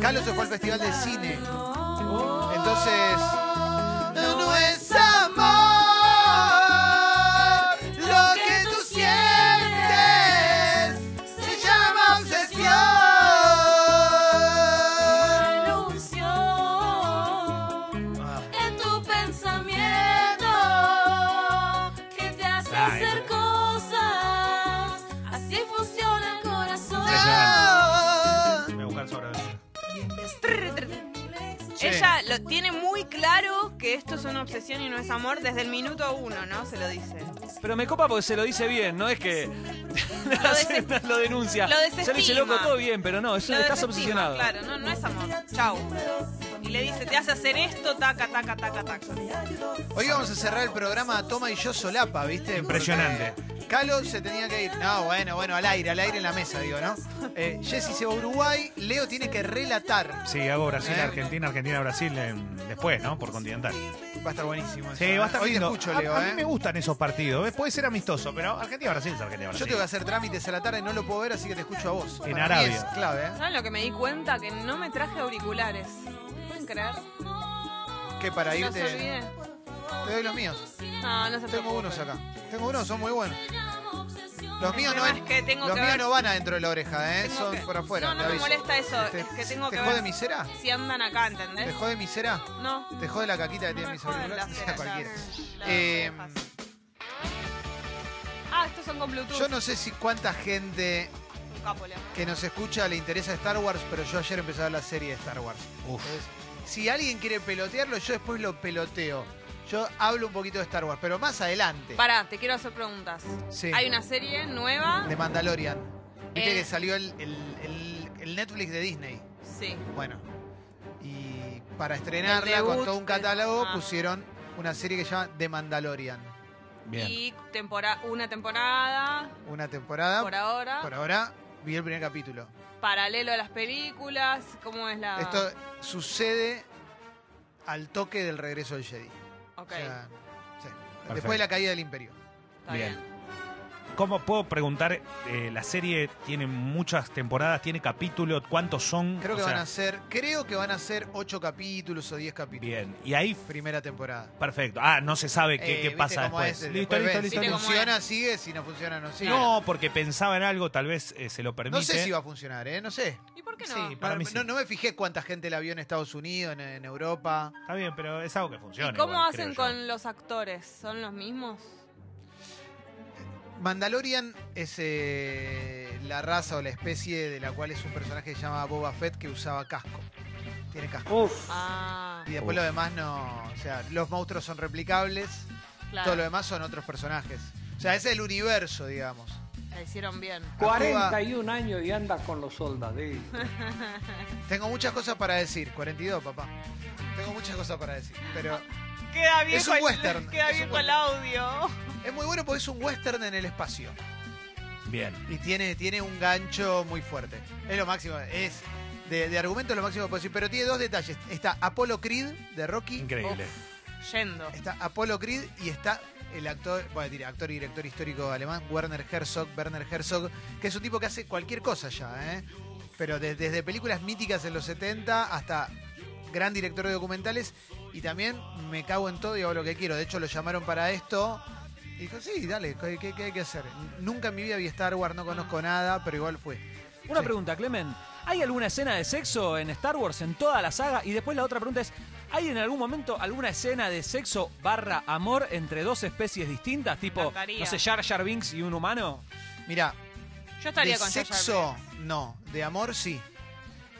Speaker 1: Carlos se fue al Festival de Cine.
Speaker 9: Oh,
Speaker 1: Entonces... No, no es amor lo que tú sientes. Se llama obsesión.
Speaker 9: ilusión
Speaker 1: Ah.
Speaker 9: en tu pensamiento que te hace
Speaker 2: Ah,
Speaker 9: hacer
Speaker 2: eso.
Speaker 9: cosas. Así funciona el corazón.
Speaker 2: Voy a buscar sobre aventura.
Speaker 1: Sí.
Speaker 4: Ella lo tiene muy claro que esto es una obsesión y no es amor desde el minuto uno, ¿no? Se lo dice.
Speaker 8: Pero me copa porque se lo dice bien, no es que [LAUGHS]
Speaker 4: des-
Speaker 8: lo denuncia.
Speaker 4: lo
Speaker 8: Se le dice
Speaker 4: desestima.
Speaker 8: loco todo bien, pero no, eso
Speaker 4: Lo
Speaker 8: estás
Speaker 4: desestima,
Speaker 8: obsesionado.
Speaker 4: Claro, no, no es amor. Chau. Y le dice, te hace hacer esto, taca, taca, taca, taca.
Speaker 1: Hoy vamos a cerrar el programa Toma y yo solapa, ¿viste?
Speaker 2: Impresionante.
Speaker 1: Porque Calo se tenía que ir. No, bueno, bueno, al aire, al aire en la mesa, digo, ¿no? Eh, Jessy se va a Uruguay, Leo tiene que relatar.
Speaker 2: Sí, hago Brasil,
Speaker 1: Eh.
Speaker 2: Argentina, Argentina, Brasil en- después, ¿no? Por continental.
Speaker 1: Va a estar buenísimo. eso, ¿eh?
Speaker 2: Sí, va a estar
Speaker 1: Hoy
Speaker 2: lindo.
Speaker 1: te escucho,
Speaker 2: A-
Speaker 1: Leo,
Speaker 2: a, mí
Speaker 1: ¿eh?
Speaker 2: me gustan esos partidos. ¿ves? Puede ser amistoso, pero Argentina-Brasil es
Speaker 1: Yo
Speaker 2: Argentina-Brasil.
Speaker 1: tengo que hacer trámites a la tarde, no lo puedo ver, así que te escucho a vos. Para
Speaker 2: En
Speaker 1: mí
Speaker 2: Arabia.
Speaker 1: es clave, ¿eh?
Speaker 4: ¿Saben lo que me di cuenta? Que no me traje auriculares. ¿Pueden creer?
Speaker 1: Que para
Speaker 4: Los
Speaker 1: irte.
Speaker 4: olvidé.
Speaker 1: Te doy los míos.
Speaker 4: No, no se
Speaker 1: Tengo
Speaker 4: preocupen.
Speaker 1: unos acá. Tengo unos, son muy buenos. Los míos no, en-
Speaker 4: problema es que tengo
Speaker 1: los
Speaker 4: que
Speaker 1: míos
Speaker 4: ver-
Speaker 1: no van adentro de la oreja, ¿eh?
Speaker 4: Tengo
Speaker 1: Son
Speaker 4: que-
Speaker 1: por afuera.
Speaker 4: No, no
Speaker 1: te
Speaker 4: me
Speaker 1: aviso.
Speaker 4: molesta eso.
Speaker 1: ¿Te,
Speaker 4: es que tengo
Speaker 1: te
Speaker 4: que
Speaker 1: jode
Speaker 4: ver
Speaker 1: misera?
Speaker 4: si andan acá,
Speaker 1: ¿Te
Speaker 4: ¿entendés?
Speaker 1: jode misera?
Speaker 4: No.
Speaker 1: Te jode la caquita que
Speaker 4: no
Speaker 1: tiene
Speaker 4: me
Speaker 1: mis
Speaker 4: joden
Speaker 1: [LAUGHS] auriculares.
Speaker 4: las-
Speaker 1: sea
Speaker 4: las-
Speaker 1: cualquiera.
Speaker 4: las
Speaker 1: Eh,
Speaker 4: agujas. Ah, estos son con Bluetooth.
Speaker 1: yo no sé si cuánta gente
Speaker 4: Un capo, Leo.
Speaker 1: que nos escucha le interesa Star Wars, pero yo ayer empecé a ver la serie de Star Wars.
Speaker 2: Uf.
Speaker 1: Entonces, si alguien quiere pelotearlo, yo después lo peloteo. Yo hablo un poquito de Star Wars, pero más adelante.
Speaker 4: Pará, te quiero hacer preguntas.
Speaker 1: Sí.
Speaker 4: Hay una serie nueva.
Speaker 1: De Mandalorian. Viste
Speaker 4: Eh.
Speaker 1: que salió el, el- el- el Netflix de Disney.
Speaker 4: Sí.
Speaker 1: Bueno. Y para estrenarla
Speaker 4: El debut
Speaker 1: con todo un
Speaker 4: de-
Speaker 1: catálogo
Speaker 4: ah.
Speaker 1: pusieron una serie que se llama The Mandalorian.
Speaker 2: Bien.
Speaker 4: Y tempora- una temporada
Speaker 1: Una temporada.
Speaker 4: por ahora.
Speaker 1: Ah, Por ahora vi el primer capítulo.
Speaker 4: Paralelo a las películas. ¿Cómo es la.?
Speaker 1: Esto sucede al toque del regreso del Jedi.
Speaker 4: Ok,
Speaker 1: O sea, sí.
Speaker 2: Perfecto.
Speaker 1: Después de la caída del imperio.
Speaker 4: está
Speaker 2: bien.
Speaker 4: bien.
Speaker 2: ¿Cómo puedo preguntar? eh, la serie tiene muchas temporadas, tiene capítulos, ¿cuántos son?
Speaker 1: Creo
Speaker 2: O
Speaker 1: que
Speaker 2: sea,
Speaker 1: van a ser, creo que van a ser ocho capítulos o diez capítulos.
Speaker 2: Bien. Y ahí,
Speaker 1: Primera temporada.
Speaker 2: perfecto. Ah, no se sabe
Speaker 1: Eh,
Speaker 2: qué, qué
Speaker 1: ¿viste
Speaker 2: pasa
Speaker 1: cómo
Speaker 2: después.
Speaker 1: es?
Speaker 2: listo, listo,
Speaker 1: ves,
Speaker 2: listo,
Speaker 1: Si
Speaker 4: Viste
Speaker 2: listo.
Speaker 4: cómo
Speaker 1: funciona, sigue, si no funciona, no sigue.
Speaker 2: No, porque pensaba en algo, tal vez eh, se lo permite.
Speaker 1: No sé si va a funcionar, ¿eh? No sé.
Speaker 4: ¿Y por qué no?
Speaker 2: Sí, para mí sí.
Speaker 1: No, no me fijé cuánta gente la vio en Estados Unidos, en, en Europa.
Speaker 2: Está bien, pero es algo que funciona.
Speaker 4: ¿Y cómo
Speaker 2: igual,
Speaker 4: hacen
Speaker 2: creo yo.
Speaker 4: con los actores? ¿Son los mismos?
Speaker 1: Mandalorian es eh, la raza o la especie de la cual es un personaje que se llama Boba Fett que usaba casco. Tiene casco.
Speaker 4: Ah,
Speaker 1: Y después lo demás no. O sea, los monstruos son replicables, todo lo
Speaker 4: claro.
Speaker 1: demás son otros personajes. O sea, es el universo, digamos.
Speaker 4: La hicieron bien.
Speaker 1: Actúa-
Speaker 10: 41 años y anda con los soldaditos.
Speaker 1: Tengo muchas cosas para decir. 42, papá. Tengo muchas cosas para decir. Pero
Speaker 4: Queda
Speaker 1: bien Es un con- western, queda es bien un con el
Speaker 4: audio.
Speaker 1: es muy bueno porque es un western en el espacio.
Speaker 2: Bien.
Speaker 1: Y tiene, tiene un gancho muy fuerte. Es lo máximo. Es de, de argumento lo máximo que puedo decir. Pero tiene dos detalles. Está Apollo Creed de Rocky.
Speaker 2: Increíble.
Speaker 4: Yendo.
Speaker 1: Está Apollo Creed y está el actor, bueno, dire- actor y director histórico alemán, Werner Herzog, Werner Herzog, que es un tipo que hace cualquier cosa ya, ¿eh? Pero de- desde películas míticas en los 70 hasta gran director de documentales y también me cago en todo y hago lo que quiero. De hecho, lo llamaron para esto y dijo, sí, dale, ¿qué, qué- qué hay que hacer? Nunca en mi vida vi Star Wars, no conozco nada, pero igual fue.
Speaker 8: Una
Speaker 1: Sí.
Speaker 8: pregunta, Clemen. ¿Hay alguna escena de sexo en Star Wars en toda la saga? Y después la otra pregunta es, ¿hay en algún momento alguna escena de sexo barra amor entre dos especies distintas? Tipo,
Speaker 4: encantaría.
Speaker 8: no sé, Jar Jar Binks y un humano.
Speaker 1: Mirá,
Speaker 4: Yo estaría
Speaker 1: de
Speaker 4: con Jar Jar
Speaker 1: sexo,
Speaker 4: Binks.
Speaker 1: no. De amor, sí.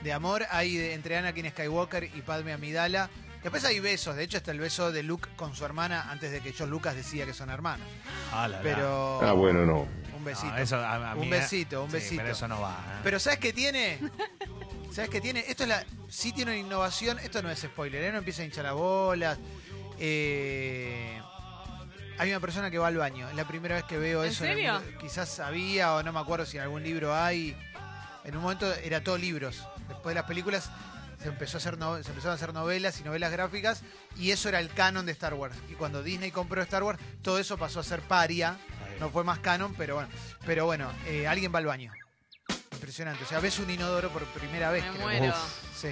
Speaker 1: De amor hay de- entre Anakin Skywalker y Padme Amidala. Después hay besos. De hecho, está el beso de Luke con su hermana antes de que George Lucas decía que son hermanos.
Speaker 2: Ah, la, la.
Speaker 1: Pero...
Speaker 3: Ah, bueno, no.
Speaker 1: Un
Speaker 2: No,
Speaker 1: besito.
Speaker 2: eso a- a
Speaker 1: Un
Speaker 2: mí- eh,
Speaker 1: besito, un
Speaker 2: sí,
Speaker 1: besito.
Speaker 2: Pero eso no va. ¿eh?
Speaker 1: Pero ¿sabes qué tiene? ¿Sabes qué tiene? Esto es la. Sí tiene una innovación. Esto no es spoiler, ¿eh? No empieza a hinchar las bolas. Eh, Hay una persona que va al baño. Es la primera vez que veo
Speaker 4: ¿En
Speaker 1: eso.
Speaker 4: serio?
Speaker 1: el mundo. Quizás sabía o no me acuerdo si en algún libro hay. En un momento era todo libros. Después de las películas se, empezó a hacer no- se empezaron a hacer novelas y novelas gráficas y eso era el canon de Star Wars. Y cuando Disney compró Star Wars, todo eso pasó a ser paria. No fue más canon, pero bueno. Pero bueno, eh, alguien va al baño. Impresionante. O sea, ves un inodoro por primera vez.
Speaker 4: Me
Speaker 1: creo.
Speaker 4: muero.
Speaker 1: Sí.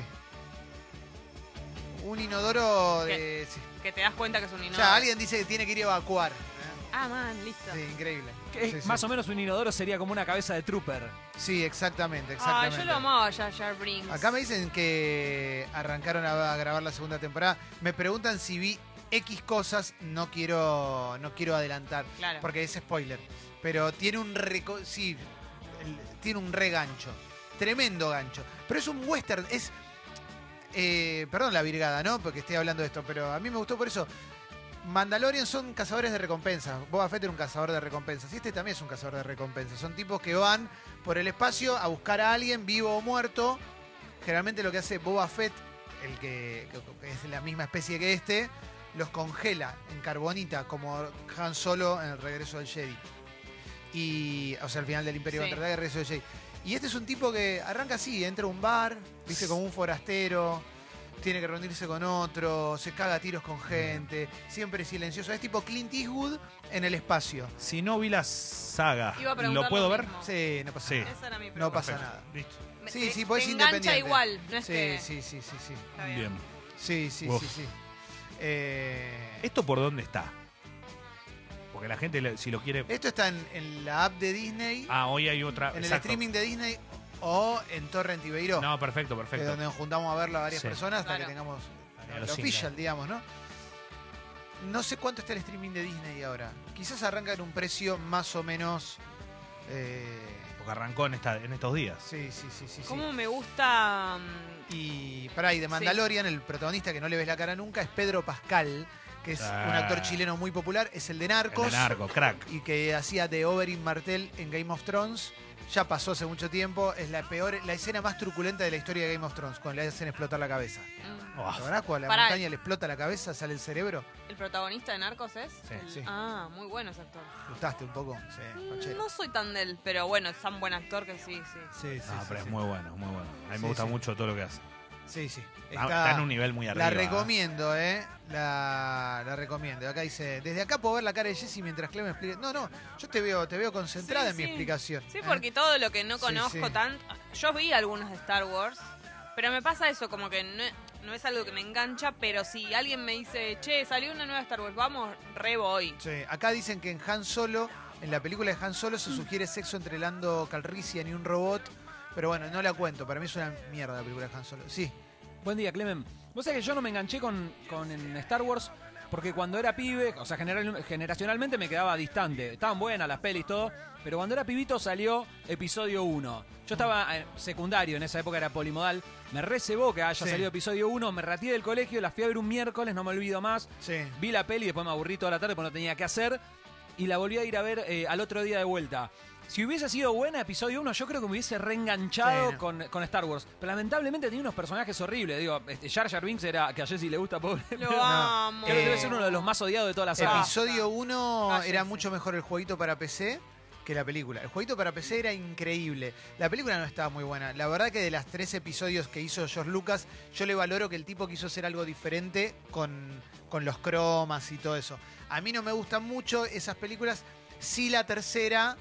Speaker 1: Un inodoro de... sí.
Speaker 4: Que te das cuenta que es un
Speaker 1: O
Speaker 4: inodoro.
Speaker 1: sea, alguien dice que tiene que ir a evacuar. ¿eh?
Speaker 4: Ah, man, listo.
Speaker 1: Sí, increíble.
Speaker 8: Que es
Speaker 1: Sí, sí.
Speaker 8: Eh, Más o menos un inodoro sería como una cabeza de trooper.
Speaker 1: Sí, exactamente,
Speaker 4: Ay,
Speaker 1: exactamente.
Speaker 4: Ah, yo lo amaba a Jar Jar Binks.
Speaker 1: Acá me dicen que arrancaron a, a grabar la segunda temporada. Me preguntan si vi X cosas, no quiero, no quiero adelantar,
Speaker 4: Claro.
Speaker 1: porque es spoiler. Pero tiene un reco- sí, el- tiene un regancho. Tremendo gancho. Pero es un western, es. eh, perdón la virgada, ¿no? Porque estoy hablando de esto, pero a mí me gustó por eso. Mandalorian son cazadores de recompensas. Boba Fett era un cazador de recompensas. Y este también es un cazador de recompensas. Son tipos que van por el espacio a buscar a alguien vivo o muerto. Generalmente lo que hace Boba Fett, el que, que es la misma especie que este, los congela en carbonita, como Han Solo en el regreso del Jedi. Y, o sea, al final del Imperio
Speaker 4: Sí.
Speaker 1: Contraataca y el regreso del Jedi. Y este es un tipo que arranca así, entra a un bar, viste, como un forastero, tiene que reunirse con otro, se caga a tiros
Speaker 2: Mm.
Speaker 1: con gente, siempre silencioso. Es tipo Clint Eastwood en el espacio.
Speaker 2: Si no vi la saga,
Speaker 4: Iba a preguntar
Speaker 2: ¿lo puedo
Speaker 4: lo
Speaker 2: ver?
Speaker 4: mismo.
Speaker 1: Sí, no pasa
Speaker 2: Sí.
Speaker 1: nada.
Speaker 4: Esa era mi
Speaker 1: No
Speaker 4: pregunta.
Speaker 1: pasa
Speaker 2: Perfecto.
Speaker 1: nada.
Speaker 2: Listo.
Speaker 4: Me-
Speaker 1: Sí,
Speaker 4: te-
Speaker 1: sí, pues
Speaker 4: te
Speaker 1: es
Speaker 4: engancha
Speaker 1: independiente.
Speaker 4: igual, no es
Speaker 1: Sí,
Speaker 4: que-
Speaker 1: sí, sí, sí, sí.
Speaker 4: Está bien.
Speaker 2: Bien.
Speaker 1: Sí, sí,
Speaker 2: Uf.
Speaker 1: sí, sí. Eh,
Speaker 2: ¿Esto por dónde está? Porque la gente, le- si lo quiere.
Speaker 1: esto está en, en la app de Disney,
Speaker 2: Ah, hoy hay otra.
Speaker 1: Eh, en el
Speaker 2: exacto.
Speaker 1: streaming de Disney o en Torrent y Beiró,
Speaker 2: No, perfecto,
Speaker 1: que es
Speaker 2: perfecto.
Speaker 1: donde nos juntamos a verlo a varias
Speaker 2: Sí.
Speaker 1: personas hasta
Speaker 4: Claro.
Speaker 1: que tengamos
Speaker 2: Ahí a
Speaker 1: el
Speaker 2: los
Speaker 1: official,
Speaker 2: singles.
Speaker 1: digamos, ¿no? No sé cuánto está el streaming de Disney ahora. Quizás arranca en un precio más o menos... eh,
Speaker 2: Porque arrancó en, esta- en estos días.
Speaker 1: sí, sí, sí, sí. sí.
Speaker 4: ¿Cómo me gusta mm,
Speaker 1: Y para ahí de Mandalorian, el protagonista que no le ves la cara nunca es Pedro Pascal, que es
Speaker 2: Ah.
Speaker 1: un actor chileno muy popular, es el de Narcos
Speaker 2: El narco, crack.
Speaker 1: y que hacía de Oberyn Martel en Game of Thrones. Ya pasó hace mucho tiempo, es la peor, la escena más truculenta de la historia de Game of Thrones, cuando le hacen explotar la cabeza.
Speaker 4: mm,
Speaker 2: Oh,
Speaker 1: ¿La verdad? Cuando la
Speaker 4: Pará.
Speaker 1: montaña le explota la cabeza, sale el cerebro.
Speaker 4: el protagonista de Narcos es?
Speaker 2: Sí.
Speaker 4: El-
Speaker 1: Sí.
Speaker 4: Ah, muy bueno ese actor.
Speaker 1: ¿Gustaste un poco? Sí,
Speaker 4: Mm,
Speaker 1: fachero.
Speaker 4: No soy tan del, pero bueno, es tan buen actor que sí, sí.
Speaker 1: Sí, sí,
Speaker 2: Ah,
Speaker 1: sí,
Speaker 2: pero es
Speaker 1: sí.
Speaker 2: muy bueno, muy bueno. A mí
Speaker 1: Sí,
Speaker 2: me gusta
Speaker 1: sí.
Speaker 2: mucho todo lo que hace.
Speaker 1: Sí, sí.
Speaker 2: Ah, Está,
Speaker 1: Está-
Speaker 2: en un nivel muy arriba.
Speaker 1: La recomiendo, ¿eh? La, la recomiendo. Acá dice, desde acá puedo ver la cara de Jessy mientras Clem explica. No, no, yo te veo, te veo concentrada
Speaker 4: Sí,
Speaker 1: en mi
Speaker 4: sí.
Speaker 1: explicación.
Speaker 4: Sí,
Speaker 1: ¿eh?
Speaker 4: porque todo lo que no
Speaker 1: Sí,
Speaker 4: conozco
Speaker 1: sí.
Speaker 4: tan... Yo vi algunos de Star Wars, pero me pasa eso, como que no, no es algo que me engancha, pero si alguien me dice, che, salió una nueva Star Wars, vamos, re
Speaker 1: [LAUGHS]
Speaker 4: voy.
Speaker 1: Sí, Acá dicen que en Han Solo, en la película de Han Solo,
Speaker 4: Mm.
Speaker 1: se sugiere sexo entre Lando Calrissian y un robot. Pero bueno, no la cuento. Para mí es una mierda la película de Han Solo. Sí,
Speaker 8: Buen día, Clemen. Vos sabés que yo no me enganché con, con en Star Wars porque cuando era pibe, o sea, general- generacionalmente me quedaba distante. Estaban buenas las pelis, todo, pero cuando era pibito salió episodio 1. Yo estaba eh, secundario, en esa época era polimodal. Me recebó que haya
Speaker 1: Sí.
Speaker 8: salido episodio 1, me raté del colegio, la fui a ver un miércoles, no me olvido más.
Speaker 1: sí.
Speaker 8: Vi la peli, después me aburrí toda la tarde porque no tenía qué hacer. Y la volví a ir a ver eh, al otro día de vuelta. Si hubiese sido buena episodio 1, yo creo que me hubiese reenganchado
Speaker 1: Sí, no.
Speaker 8: con, con Star Wars. Pero lamentablemente tenía unos personajes horribles. Digo, este, Jar Jar Binks era, que a Jesse le gusta, pobre.
Speaker 4: Lo
Speaker 8: pero
Speaker 4: amo.
Speaker 1: eh,
Speaker 8: creo que debe ser uno de los más odiados de toda la saga.
Speaker 4: Episodio-
Speaker 1: Episodio 1
Speaker 4: Cállense.
Speaker 1: era mucho mejor el jueguito para PC que la película. El jueguito para PC era increíble. La película no estaba muy buena. La verdad que de las tres episodios que hizo George Lucas, yo le valoro que el tipo quiso hacer algo diferente con, con los cromas y todo eso. A mí no me gustan mucho esas películas. Sí la tercera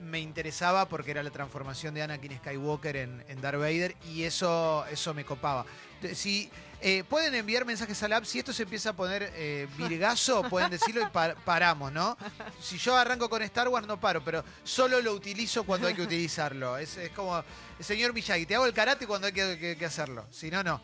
Speaker 1: me interesaba porque era la transformación de Anakin Skywalker en, en Darth Vader y eso, eso me copaba. Te- Si, eh, pueden enviar mensajes al app, si esto se empieza a poner eh, virgazo, pueden decirlo y pa- paramos, ¿no? Si yo arranco con Star Wars no paro, pero solo lo utilizo cuando hay que utilizarlo. Es, es como, señor Miyagi, te hago el karate cuando hay que, que- que hacerlo, si no, no.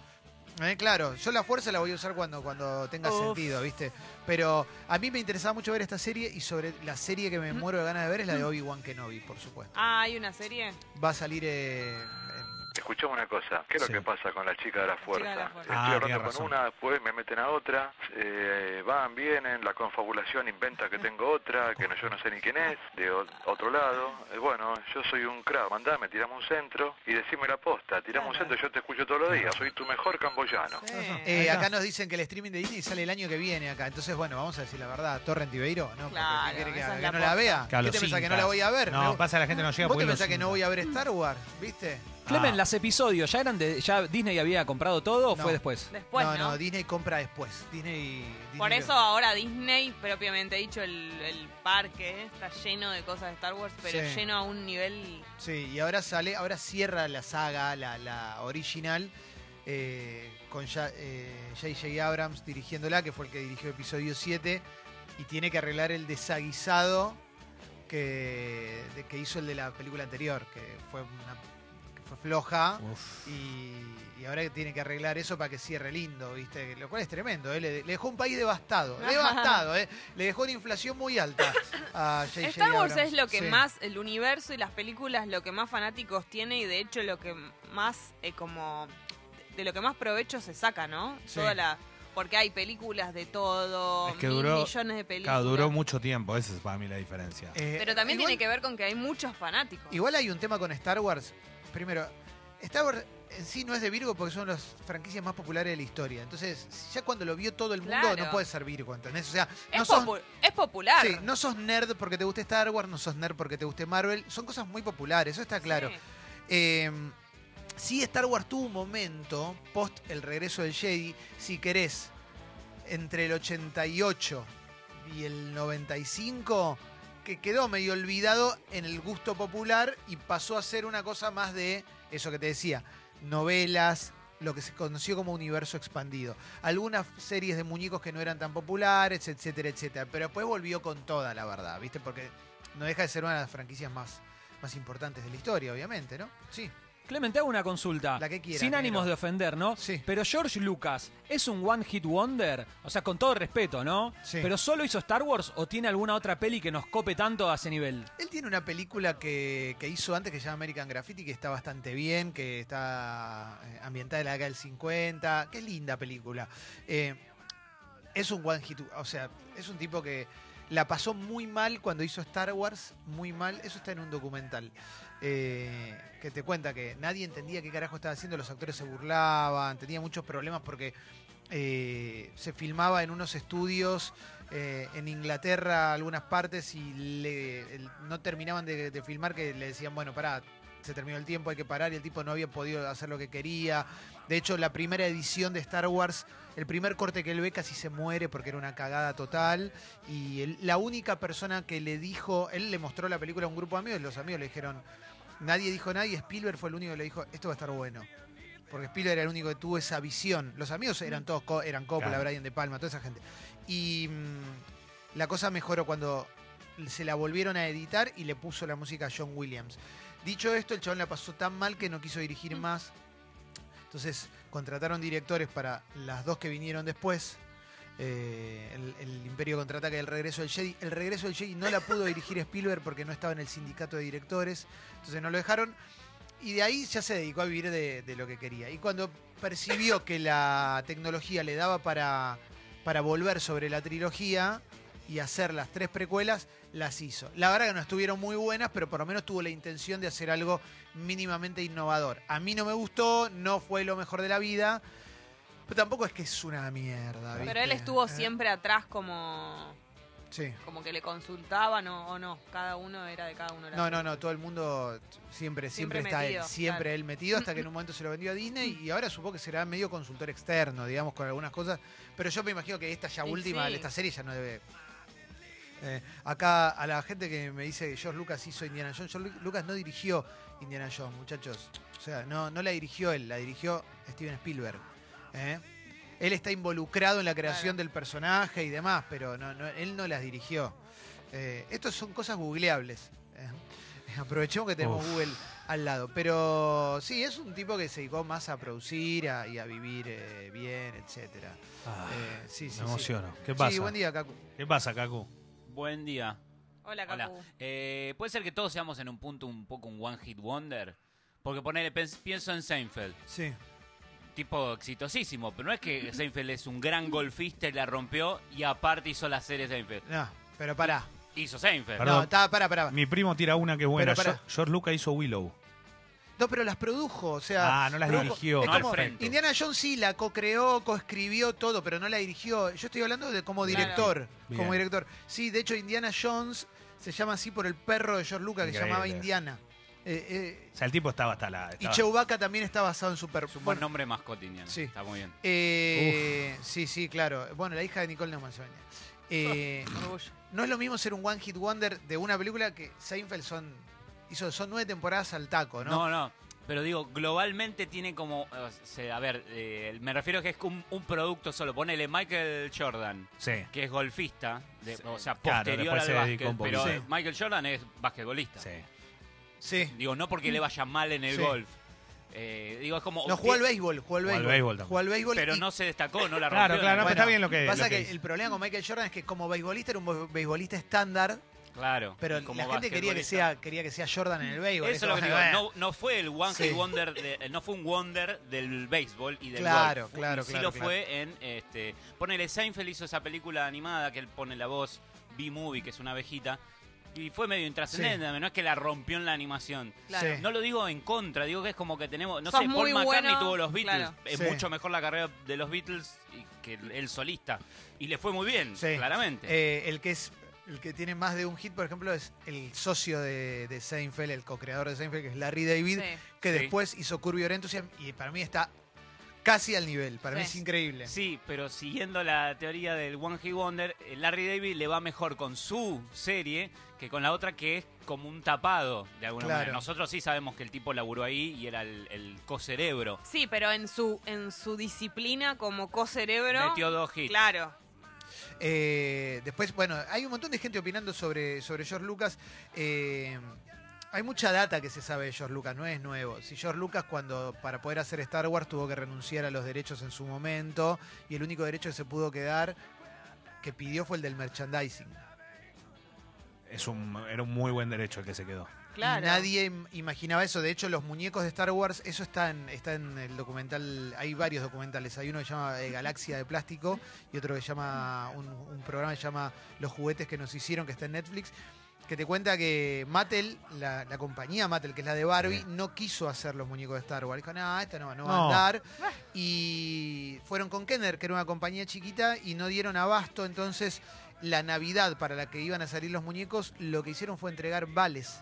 Speaker 1: Eh, claro, yo la fuerza la voy a usar cuando, cuando tenga
Speaker 4: Uf.
Speaker 1: sentido, ¿viste? Pero a mí me interesaba mucho ver esta serie y sobre la serie que me muero de ganas de ver es la de Obi-Wan Kenobi, por supuesto.
Speaker 4: Ah, hay una serie.
Speaker 1: Va a salir eh,
Speaker 6: Escuchame una cosa, ¿qué es lo
Speaker 2: Sí.
Speaker 6: que pasa con la chica de la fuerza?
Speaker 4: de la fuerza.
Speaker 2: Ah,
Speaker 6: Estoy
Speaker 2: tiene
Speaker 6: hablando con
Speaker 2: razón.
Speaker 6: una, después me meten a otra, eh, van, vienen, la confabulación inventa que tengo otra, que no, yo no sé ni quién es, de o- otro lado. Eh, bueno, yo soy un crack, mandame, tiramos un centro y decime la posta, tiramos un centro, yo te escucho todos los días, soy tu mejor camboyano.
Speaker 1: eh, acá nos dicen que el streaming de Disney sale el año que viene acá. Entonces, bueno, vamos a decir la verdad, Torrent y Beiro, ¿no? Porque, ¿qué
Speaker 4: Claro,
Speaker 1: quiere que,
Speaker 4: esa
Speaker 1: haga?
Speaker 4: es
Speaker 1: ¿Que
Speaker 4: la
Speaker 1: no la
Speaker 4: posta.
Speaker 1: vea?
Speaker 2: Claro,
Speaker 1: ¿Qué te
Speaker 2: los
Speaker 1: pensás que no
Speaker 2: incas.
Speaker 1: la voy a ver?
Speaker 2: No,
Speaker 1: Me-
Speaker 2: pasa la gente no llega
Speaker 1: ¿Vos
Speaker 2: porque
Speaker 1: te
Speaker 2: los
Speaker 1: pensás que no
Speaker 2: incas.
Speaker 1: voy a ver Star Wars? ¿Viste?
Speaker 8: Clemen,
Speaker 2: Ah.
Speaker 8: las episodios, ¿ya eran de, ya Disney había comprado todo o
Speaker 1: No.
Speaker 8: fue después?
Speaker 4: Después,
Speaker 1: no,
Speaker 4: ¿no?
Speaker 1: no, Disney compra después. Disney.
Speaker 4: Por
Speaker 1: Disney-
Speaker 4: eso ahora Disney, propiamente dicho, el, el parque ¿eh? está lleno de cosas de Star Wars, pero
Speaker 1: Sí.
Speaker 4: lleno a un nivel...
Speaker 1: Sí, y ahora sale, ahora cierra la saga, la, la original, eh, con ya- eh, J.J. Abrams dirigiéndola, que fue el que dirigió episodio 7, y tiene que arreglar el desaguisado que, de- que hizo el de la película anterior, que fue, una- que fue floja, y, y ahora tiene que arreglar eso para que cierre lindo, ¿viste? Lo cual es tremendo, ¿eh? le, le dejó un país
Speaker 4: [LAUGHS]
Speaker 1: devastado, devastado, ¿eh? le dejó una inflación muy alta a J.J.
Speaker 4: Star Wars
Speaker 1: Abrams.
Speaker 4: es lo que
Speaker 1: Sí.
Speaker 4: más, el universo y las películas, lo que más fanáticos tiene y de hecho lo que más, eh, como, de lo que más provecho se saca, ¿no?
Speaker 1: Sí.
Speaker 4: Toda la... Porque hay películas de todo,
Speaker 2: Es que
Speaker 4: mil
Speaker 2: duró-
Speaker 4: millones de películas.
Speaker 2: Claro, duró mucho tiempo, esa es para mí la diferencia.
Speaker 1: Eh,
Speaker 4: Pero también
Speaker 1: igual-
Speaker 4: tiene que ver con que hay muchos fanáticos.
Speaker 1: Igual hay un tema con Star Wars. Primero, Star Wars en sí no es de Virgo porque son las franquicias más populares de la historia. Entonces, ya cuando lo vio todo el mundo,
Speaker 4: Claro.
Speaker 1: no puede ser Virgo, ¿entendés? O sea,
Speaker 4: es,
Speaker 1: no sos,
Speaker 4: popu- es popular.
Speaker 1: sí, no sos nerd porque te guste Star Wars, no sos nerd porque te guste Marvel. Son cosas muy populares, eso está claro.
Speaker 4: Sí.
Speaker 1: Eh, sí, Star Wars tuvo un momento, post el regreso del Jedi, si querés, entre el 88 y el 95, que quedó medio olvidado en el gusto popular y pasó a ser una cosa más de eso que te decía, novelas, lo que se conoció como universo expandido. Algunas series de muñecos que no eran tan populares, etcétera, etcétera. Pero después volvió con toda, la verdad, ¿viste? Porque no deja de ser una de las franquicias más más importantes de la historia, obviamente, ¿no? Sí.
Speaker 8: Clemen, te hago una consulta.
Speaker 1: La que quieras,
Speaker 8: Sin ánimos
Speaker 1: negro.
Speaker 8: de ofender, ¿no?
Speaker 1: Sí.
Speaker 8: Pero George Lucas, ¿es un one hit wonder? O sea, con todo respeto, ¿no?
Speaker 1: Sí.
Speaker 8: ¿Pero solo hizo Star Wars o tiene alguna otra peli que nos cope tanto a ese nivel?
Speaker 1: Él tiene una película que, que hizo antes que se llama American Graffiti, que está bastante bien, que está eh, ambientada en la década del 50. Qué linda película. Eh, es un one hit, o sea, es un tipo que la pasó muy mal cuando hizo Star Wars, muy mal. Eso está en un documental eh, que te cuenta que nadie entendía qué carajo estaba haciendo, los actores se burlaban, tenía muchos problemas porque eh, se filmaba en unos estudios eh, en Inglaterra algunas partes y le- el- no terminaban de, de filmar que le decían, bueno, pará, se terminó el tiempo, hay que parar y el tipo no había podido hacer lo que quería. De hecho, la primera edición de Star Wars, el primer corte que él ve casi se muere porque era una cagada total y él- la única persona que le dijo, él le mostró la película a un grupo de amigos y los amigos le dijeron, nadie dijo nada y Spielberg fue el único que le dijo, esto va a estar bueno. Porque Spielberg era el único que tuvo esa visión. Los amigos eran todos, co- eran Coppola,
Speaker 2: Claro.
Speaker 1: Brian De Palma, toda esa gente. Y mm, la cosa mejoró cuando se la volvieron a editar y le puso la música a John Williams. Dicho esto, el chabón la pasó tan mal que no quiso dirigir más. Entonces contrataron directores para las dos que vinieron después. eh, el, el Imperio Contraataca y el Regreso del Jedi. El Regreso del Jedi no la pudo dirigir Spielberg porque no estaba en el sindicato de directores. Entonces no lo dejaron. Y de ahí ya se dedicó a vivir de, de lo que quería. Y cuando percibió que la tecnología le daba para, para volver sobre la trilogía y hacer las tres precuelas, las hizo. La verdad que no estuvieron muy buenas, pero por lo menos tuvo la intención de hacer algo mínimamente innovador. A mí no me gustó, no fue lo mejor de la vida, pero tampoco es que es una mierda.
Speaker 4: Pero
Speaker 1: ¿viste?
Speaker 4: él estuvo
Speaker 1: Eh,
Speaker 4: siempre atrás como,
Speaker 1: Sí.
Speaker 4: como que le consultaban o, o no. Cada uno era de cada uno. la
Speaker 1: No, no, no, todo el mundo siempre, siempre,
Speaker 4: Siempre
Speaker 1: está
Speaker 4: metido,
Speaker 1: él, siempre
Speaker 4: claro.
Speaker 1: él metido, hasta que
Speaker 4: [LAUGHS]
Speaker 1: en un momento se lo vendió a Disney y ahora supongo que será medio consultor externo, digamos, con algunas cosas. Pero yo me imagino que esta ya
Speaker 4: Y
Speaker 1: última,
Speaker 4: sí.
Speaker 1: esta serie ya no debe. Eh, acá a la gente que me dice que George Lucas hizo Indiana Jones, George Lu- Lucas no dirigió Indiana Jones, muchachos. O sea, no, no la dirigió él, la dirigió Steven Spielberg. ¿eh? Él está involucrado en la creación
Speaker 4: Claro.
Speaker 1: del personaje y demás, pero no, no- él no las dirigió. Eh, estas son cosas googleables. ¿eh? [LAUGHS] Aprovechemos que tenemos
Speaker 2: Uf.
Speaker 1: Google al lado. Pero sí, es un tipo que se dedicó más a producir a- y a vivir eh, bien, etcétera.
Speaker 2: Ah,
Speaker 1: Eh, sí, sí,
Speaker 2: me emociono.
Speaker 1: sí.
Speaker 2: ¿Qué pasa?
Speaker 1: Sí, buen día, Cacu.
Speaker 2: ¿Qué pasa, Cacu?
Speaker 7: Buen día.
Speaker 4: Hola,
Speaker 7: Hola.
Speaker 4: Capu.
Speaker 7: Eh, ¿Puede ser que todos seamos en un punto un poco un one hit wonder? Porque ponele, pens- pienso en Seinfeld,
Speaker 1: Sí.
Speaker 7: tipo exitosísimo, pero no es que Seinfeld es un gran golfista y la rompió y aparte hizo la serie Seinfeld.
Speaker 1: No, pero pará.
Speaker 7: Hizo Seinfeld.
Speaker 2: Perdón.
Speaker 1: No, está, pará, pará.
Speaker 2: Mi primo tira una que es buena.
Speaker 1: Pero pará.
Speaker 2: George, George Lucas hizo Willow.
Speaker 1: No, pero las produjo, o sea.
Speaker 2: Ah, no las
Speaker 1: produjo-
Speaker 2: dirigió.
Speaker 1: es
Speaker 7: No al
Speaker 1: como-
Speaker 7: frente.
Speaker 1: Indiana Jones sí la co-creó, co-escribió todo, pero no la dirigió. Yo estoy hablando de como
Speaker 4: Claro.
Speaker 1: director.
Speaker 2: Bien.
Speaker 1: Como director. Sí, de hecho, Indiana Jones se llama así por el perro de George Lucas, que se
Speaker 2: Increíble.
Speaker 1: llamaba Indiana. Eh, eh,
Speaker 2: O sea, el tipo estaba hasta la.
Speaker 1: y
Speaker 2: estaba-
Speaker 1: Chewbacca también está basado en Super.
Speaker 7: Es un buen
Speaker 1: bueno,
Speaker 7: nombre mascotinian.
Speaker 1: Sí.
Speaker 7: Está muy bien.
Speaker 1: eh, sí, sí, claro. Bueno, la hija de Nicole Neumann. Sonia. Eh,
Speaker 4: Orgullo.
Speaker 1: no es lo mismo ser un one hit wonder de una película que Seinfeld son hizo son nueve temporadas al taco, ¿no?
Speaker 7: No, no. Pero digo, globalmente tiene como. o sea, a ver, eh, me refiero que es un, un producto solo. Ponele Michael Jordan,
Speaker 2: Sí.
Speaker 7: que es golfista, de- o sea,
Speaker 2: Claro,
Speaker 7: posterior
Speaker 2: después
Speaker 7: al
Speaker 2: se dedicó
Speaker 7: básquet.
Speaker 2: un
Speaker 7: Pero
Speaker 2: poquito.
Speaker 7: eh, Michael Jordan es basquetbolista.
Speaker 2: Sí.
Speaker 1: sí.
Speaker 7: Digo, no porque le vaya mal en el
Speaker 1: Sí.
Speaker 7: golf. Eh, digo, es como.
Speaker 1: No jugó al béisbol, jugó al
Speaker 2: Jugó al
Speaker 1: béisbol.
Speaker 2: béisbol también.
Speaker 1: Jugó al béisbol
Speaker 7: Pero
Speaker 1: y-
Speaker 7: no se destacó, no la rompió.
Speaker 2: Claro, claro, no,
Speaker 7: nada.
Speaker 2: pero está bien lo que.
Speaker 1: Pasa que,
Speaker 2: lo que dice.
Speaker 1: el problema con Michael Jordan es que como beisbolista era un bo- beisbolista estándar,
Speaker 7: Claro,
Speaker 1: pero
Speaker 7: y como
Speaker 1: la gente quería que
Speaker 7: basquetbolista.
Speaker 1: sea quería que sea Jordan en el béisbol.
Speaker 7: Eso es lo que te digo.
Speaker 1: Bueno,
Speaker 7: No, no fue el one
Speaker 1: Sí.
Speaker 7: hit wonder, de- eh, no fue un wonder del béisbol y del
Speaker 1: Claro,
Speaker 7: golf.
Speaker 1: claro,
Speaker 7: Sí
Speaker 1: claro,
Speaker 7: lo
Speaker 1: claro.
Speaker 7: fue en, este, ponele Seinfeld hizo esa película animada que él pone la voz B-Movie, que es una abejita, y fue medio intrascendente, no es que la rompió en la animación.
Speaker 4: Claro.
Speaker 1: Sí.
Speaker 7: No lo digo en contra, digo que es como que tenemos, no
Speaker 4: Sos
Speaker 7: sé, Paul
Speaker 4: muy
Speaker 7: McCartney
Speaker 4: bueno,
Speaker 7: tuvo los Beatles,
Speaker 4: claro.
Speaker 7: es
Speaker 1: Sí.
Speaker 7: mucho mejor la carrera de los Beatles y- que el solista, y le fue muy bien,
Speaker 1: Sí.
Speaker 7: claramente.
Speaker 1: Eh, el que es el que tiene más de un hit, por ejemplo, es el socio de, de Seinfeld, el co-creador de Seinfeld, que es Larry David,
Speaker 4: Sí.
Speaker 1: que
Speaker 7: Sí.
Speaker 1: después hizo Curb Your Enthusiasm y para mí está casi al nivel. Para mí
Speaker 4: Sí.
Speaker 1: es increíble.
Speaker 7: Sí, pero siguiendo la teoría del One Hit Wonder, eh, Larry David le va mejor con su serie que con la otra que es como un tapado, de alguna
Speaker 1: Claro.
Speaker 7: manera. Nosotros sí sabemos que el tipo laburó ahí y era el, el cocerebro.
Speaker 4: Sí, pero en su, en su disciplina como cocerebro.
Speaker 7: Metió dos hits.
Speaker 4: Claro.
Speaker 1: Eh, después, bueno, hay un montón de gente opinando sobre, sobre George Lucas. Eh, hay mucha data que se sabe de George Lucas, no es nuevo. Si George Lucas, cuando para poder hacer Star Wars, tuvo que renunciar a los derechos en su momento, y el único derecho que se pudo quedar que pidió fue el del merchandising.
Speaker 2: Es un, era un muy buen derecho el que se quedó.
Speaker 4: Claro.
Speaker 1: Nadie im- imaginaba eso. De hecho, los muñecos de Star Wars, eso está en, está en el documental. Hay varios documentales. Hay uno que se llama eh, Galaxia de Plástico y otro que llama. Un, un programa que se llama Los juguetes que nos hicieron, que está en Netflix. Que te cuenta que Mattel, la, la compañía Mattel, que es la de Barbie,
Speaker 2: Sí.
Speaker 1: no quiso hacer los muñecos de Star Wars. Dijo, no, esta no, no va
Speaker 2: No.
Speaker 1: a andar. Y fueron con Kenner, que era una compañía chiquita, y no dieron abasto. Entonces, la Navidad para la que iban a salir los muñecos, lo que hicieron fue entregar vales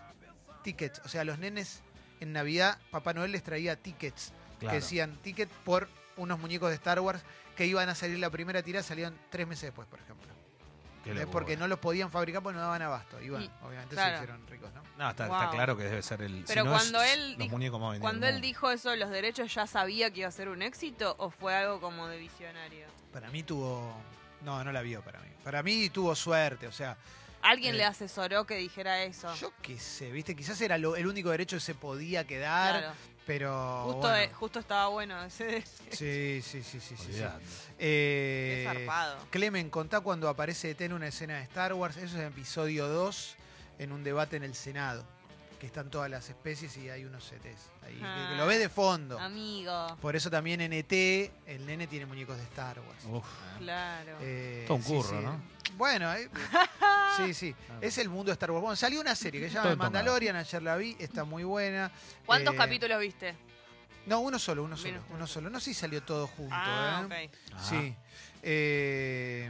Speaker 1: tickets. O sea, los nenes en Navidad, Papá Noel les traía tickets.
Speaker 2: Claro.
Speaker 1: Que decían ticket por unos muñecos de Star Wars que iban a salir la primera tira, salieron tres meses después, por ejemplo.
Speaker 2: Qué
Speaker 1: Es
Speaker 2: locura.
Speaker 1: Eh, porque no los podían fabricar porque no daban abasto. Y bueno, obviamente
Speaker 4: claro.
Speaker 1: se hicieron ricos, ¿no?
Speaker 2: No, está, está
Speaker 4: Wow.
Speaker 2: claro que debe ser el.
Speaker 4: Pero
Speaker 2: no
Speaker 4: cuando
Speaker 2: es
Speaker 4: él
Speaker 2: los
Speaker 4: dijo-
Speaker 2: muñecos más vendidos
Speaker 4: Cuando
Speaker 2: del
Speaker 4: él
Speaker 2: mundo.
Speaker 4: dijo eso de los derechos, ¿ya sabía que iba a ser un éxito o fue algo como de visionario?
Speaker 1: Para mí tuvo. No, no la vio para mí. Para mí tuvo suerte, o sea,
Speaker 4: ¿Alguien
Speaker 1: Eh.
Speaker 4: le asesoró que dijera eso?
Speaker 1: yo qué sé, ¿viste? Quizás era lo- el único derecho que se podía quedar,
Speaker 4: Claro.
Speaker 1: pero.
Speaker 4: Justo,
Speaker 1: Oh, bueno.
Speaker 4: eh, justo estaba bueno ese [LAUGHS]
Speaker 1: Sí, sí, sí, sí, sí. sí.
Speaker 2: Olvidate.
Speaker 1: Eh,
Speaker 4: Qué zarpado.
Speaker 1: Clemen, contá cuando aparece ET en una escena de Star Wars. Eso es en episodio 2, en un debate en el Senado. Que están todas las especies y hay unos ETs. Ahí, que-
Speaker 4: Ah.
Speaker 1: que lo ves de fondo.
Speaker 4: amigo.
Speaker 1: Por eso también en ET, el nene tiene muñecos de Star Wars.
Speaker 2: Uf.
Speaker 4: Claro.
Speaker 1: Eh,
Speaker 2: Oh. Todo un
Speaker 1: sí,
Speaker 2: curro,
Speaker 1: sí.
Speaker 2: ¿no?
Speaker 1: Bueno,
Speaker 4: [LAUGHS]
Speaker 1: eh, sí, sí. Es el mundo de Star Wars. Bueno, salió una serie que se llama
Speaker 2: Todo
Speaker 1: El Mandalorian. Ayer la vi, está muy buena.
Speaker 4: ¿Cuántos
Speaker 1: Eh,
Speaker 4: capítulos viste?
Speaker 1: No, uno solo, uno solo.
Speaker 4: Menos.
Speaker 1: Uno solo. No sé si salió todo junto.
Speaker 4: ah,
Speaker 1: ¿eh?
Speaker 4: ok.
Speaker 2: Ah,
Speaker 1: Sí. Eh,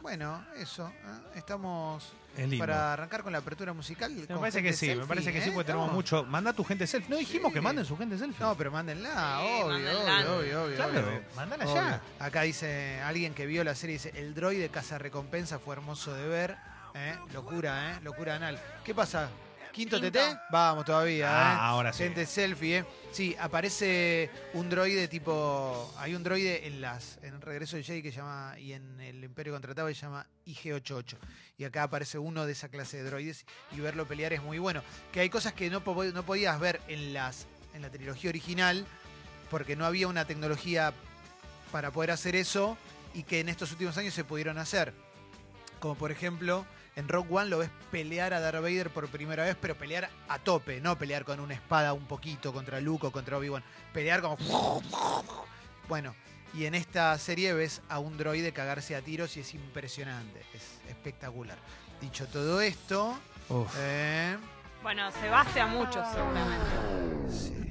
Speaker 1: bueno, eso. ¿eh? Estamos
Speaker 2: Es lindo.
Speaker 1: para arrancar con la apertura musical.
Speaker 2: Me parece que sí, me parece que sí, porque tenemos mucho. Manda tu gente selfie. No dijimos
Speaker 1: Sí.
Speaker 2: que manden su gente selfie.
Speaker 1: No, pero mándenla,
Speaker 4: Sí,
Speaker 1: obvio,
Speaker 4: mándenla.
Speaker 1: obvio, obvio, obvio,
Speaker 2: claro,
Speaker 1: obvio.
Speaker 2: mandala
Speaker 1: Obvio.
Speaker 2: ya.
Speaker 1: Acá dice alguien que vio la serie, dice, el droid de Casa Recompensa fue hermoso de ver. ¿eh? Locura, ¿eh? Locura anal. ¿Qué pasa? ¿Quinto,
Speaker 4: Quinto.
Speaker 1: TT? Vamos todavía,
Speaker 2: Ah,
Speaker 1: ¿eh?
Speaker 2: ahora sí.
Speaker 1: Gente selfie, ¿eh? Sí, aparece un droide tipo... Hay un droide en las en Regreso de Jedi que llama... Y en El Imperio Contratado que se llama IG-88. Y acá aparece uno de esa clase de droides y verlo pelear es muy bueno. Que hay cosas que no, po- no podías ver en, las, en la trilogía original porque no había una tecnología para poder hacer eso y que en estos últimos años se pudieron hacer. Como por ejemplo, en Rock One lo ves pelear a Darth Vader por primera vez, pero pelear a tope, no pelear con una espada un poquito contra Luke o contra Obi-Wan. Pelear como. [LAUGHS] Bueno, y en esta serie ves a un droide cagarse a tiros y es impresionante, es espectacular. Dicho todo esto,
Speaker 2: Uf.
Speaker 1: eh,
Speaker 4: Bueno, se baste a muchos seguramente.
Speaker 1: sí.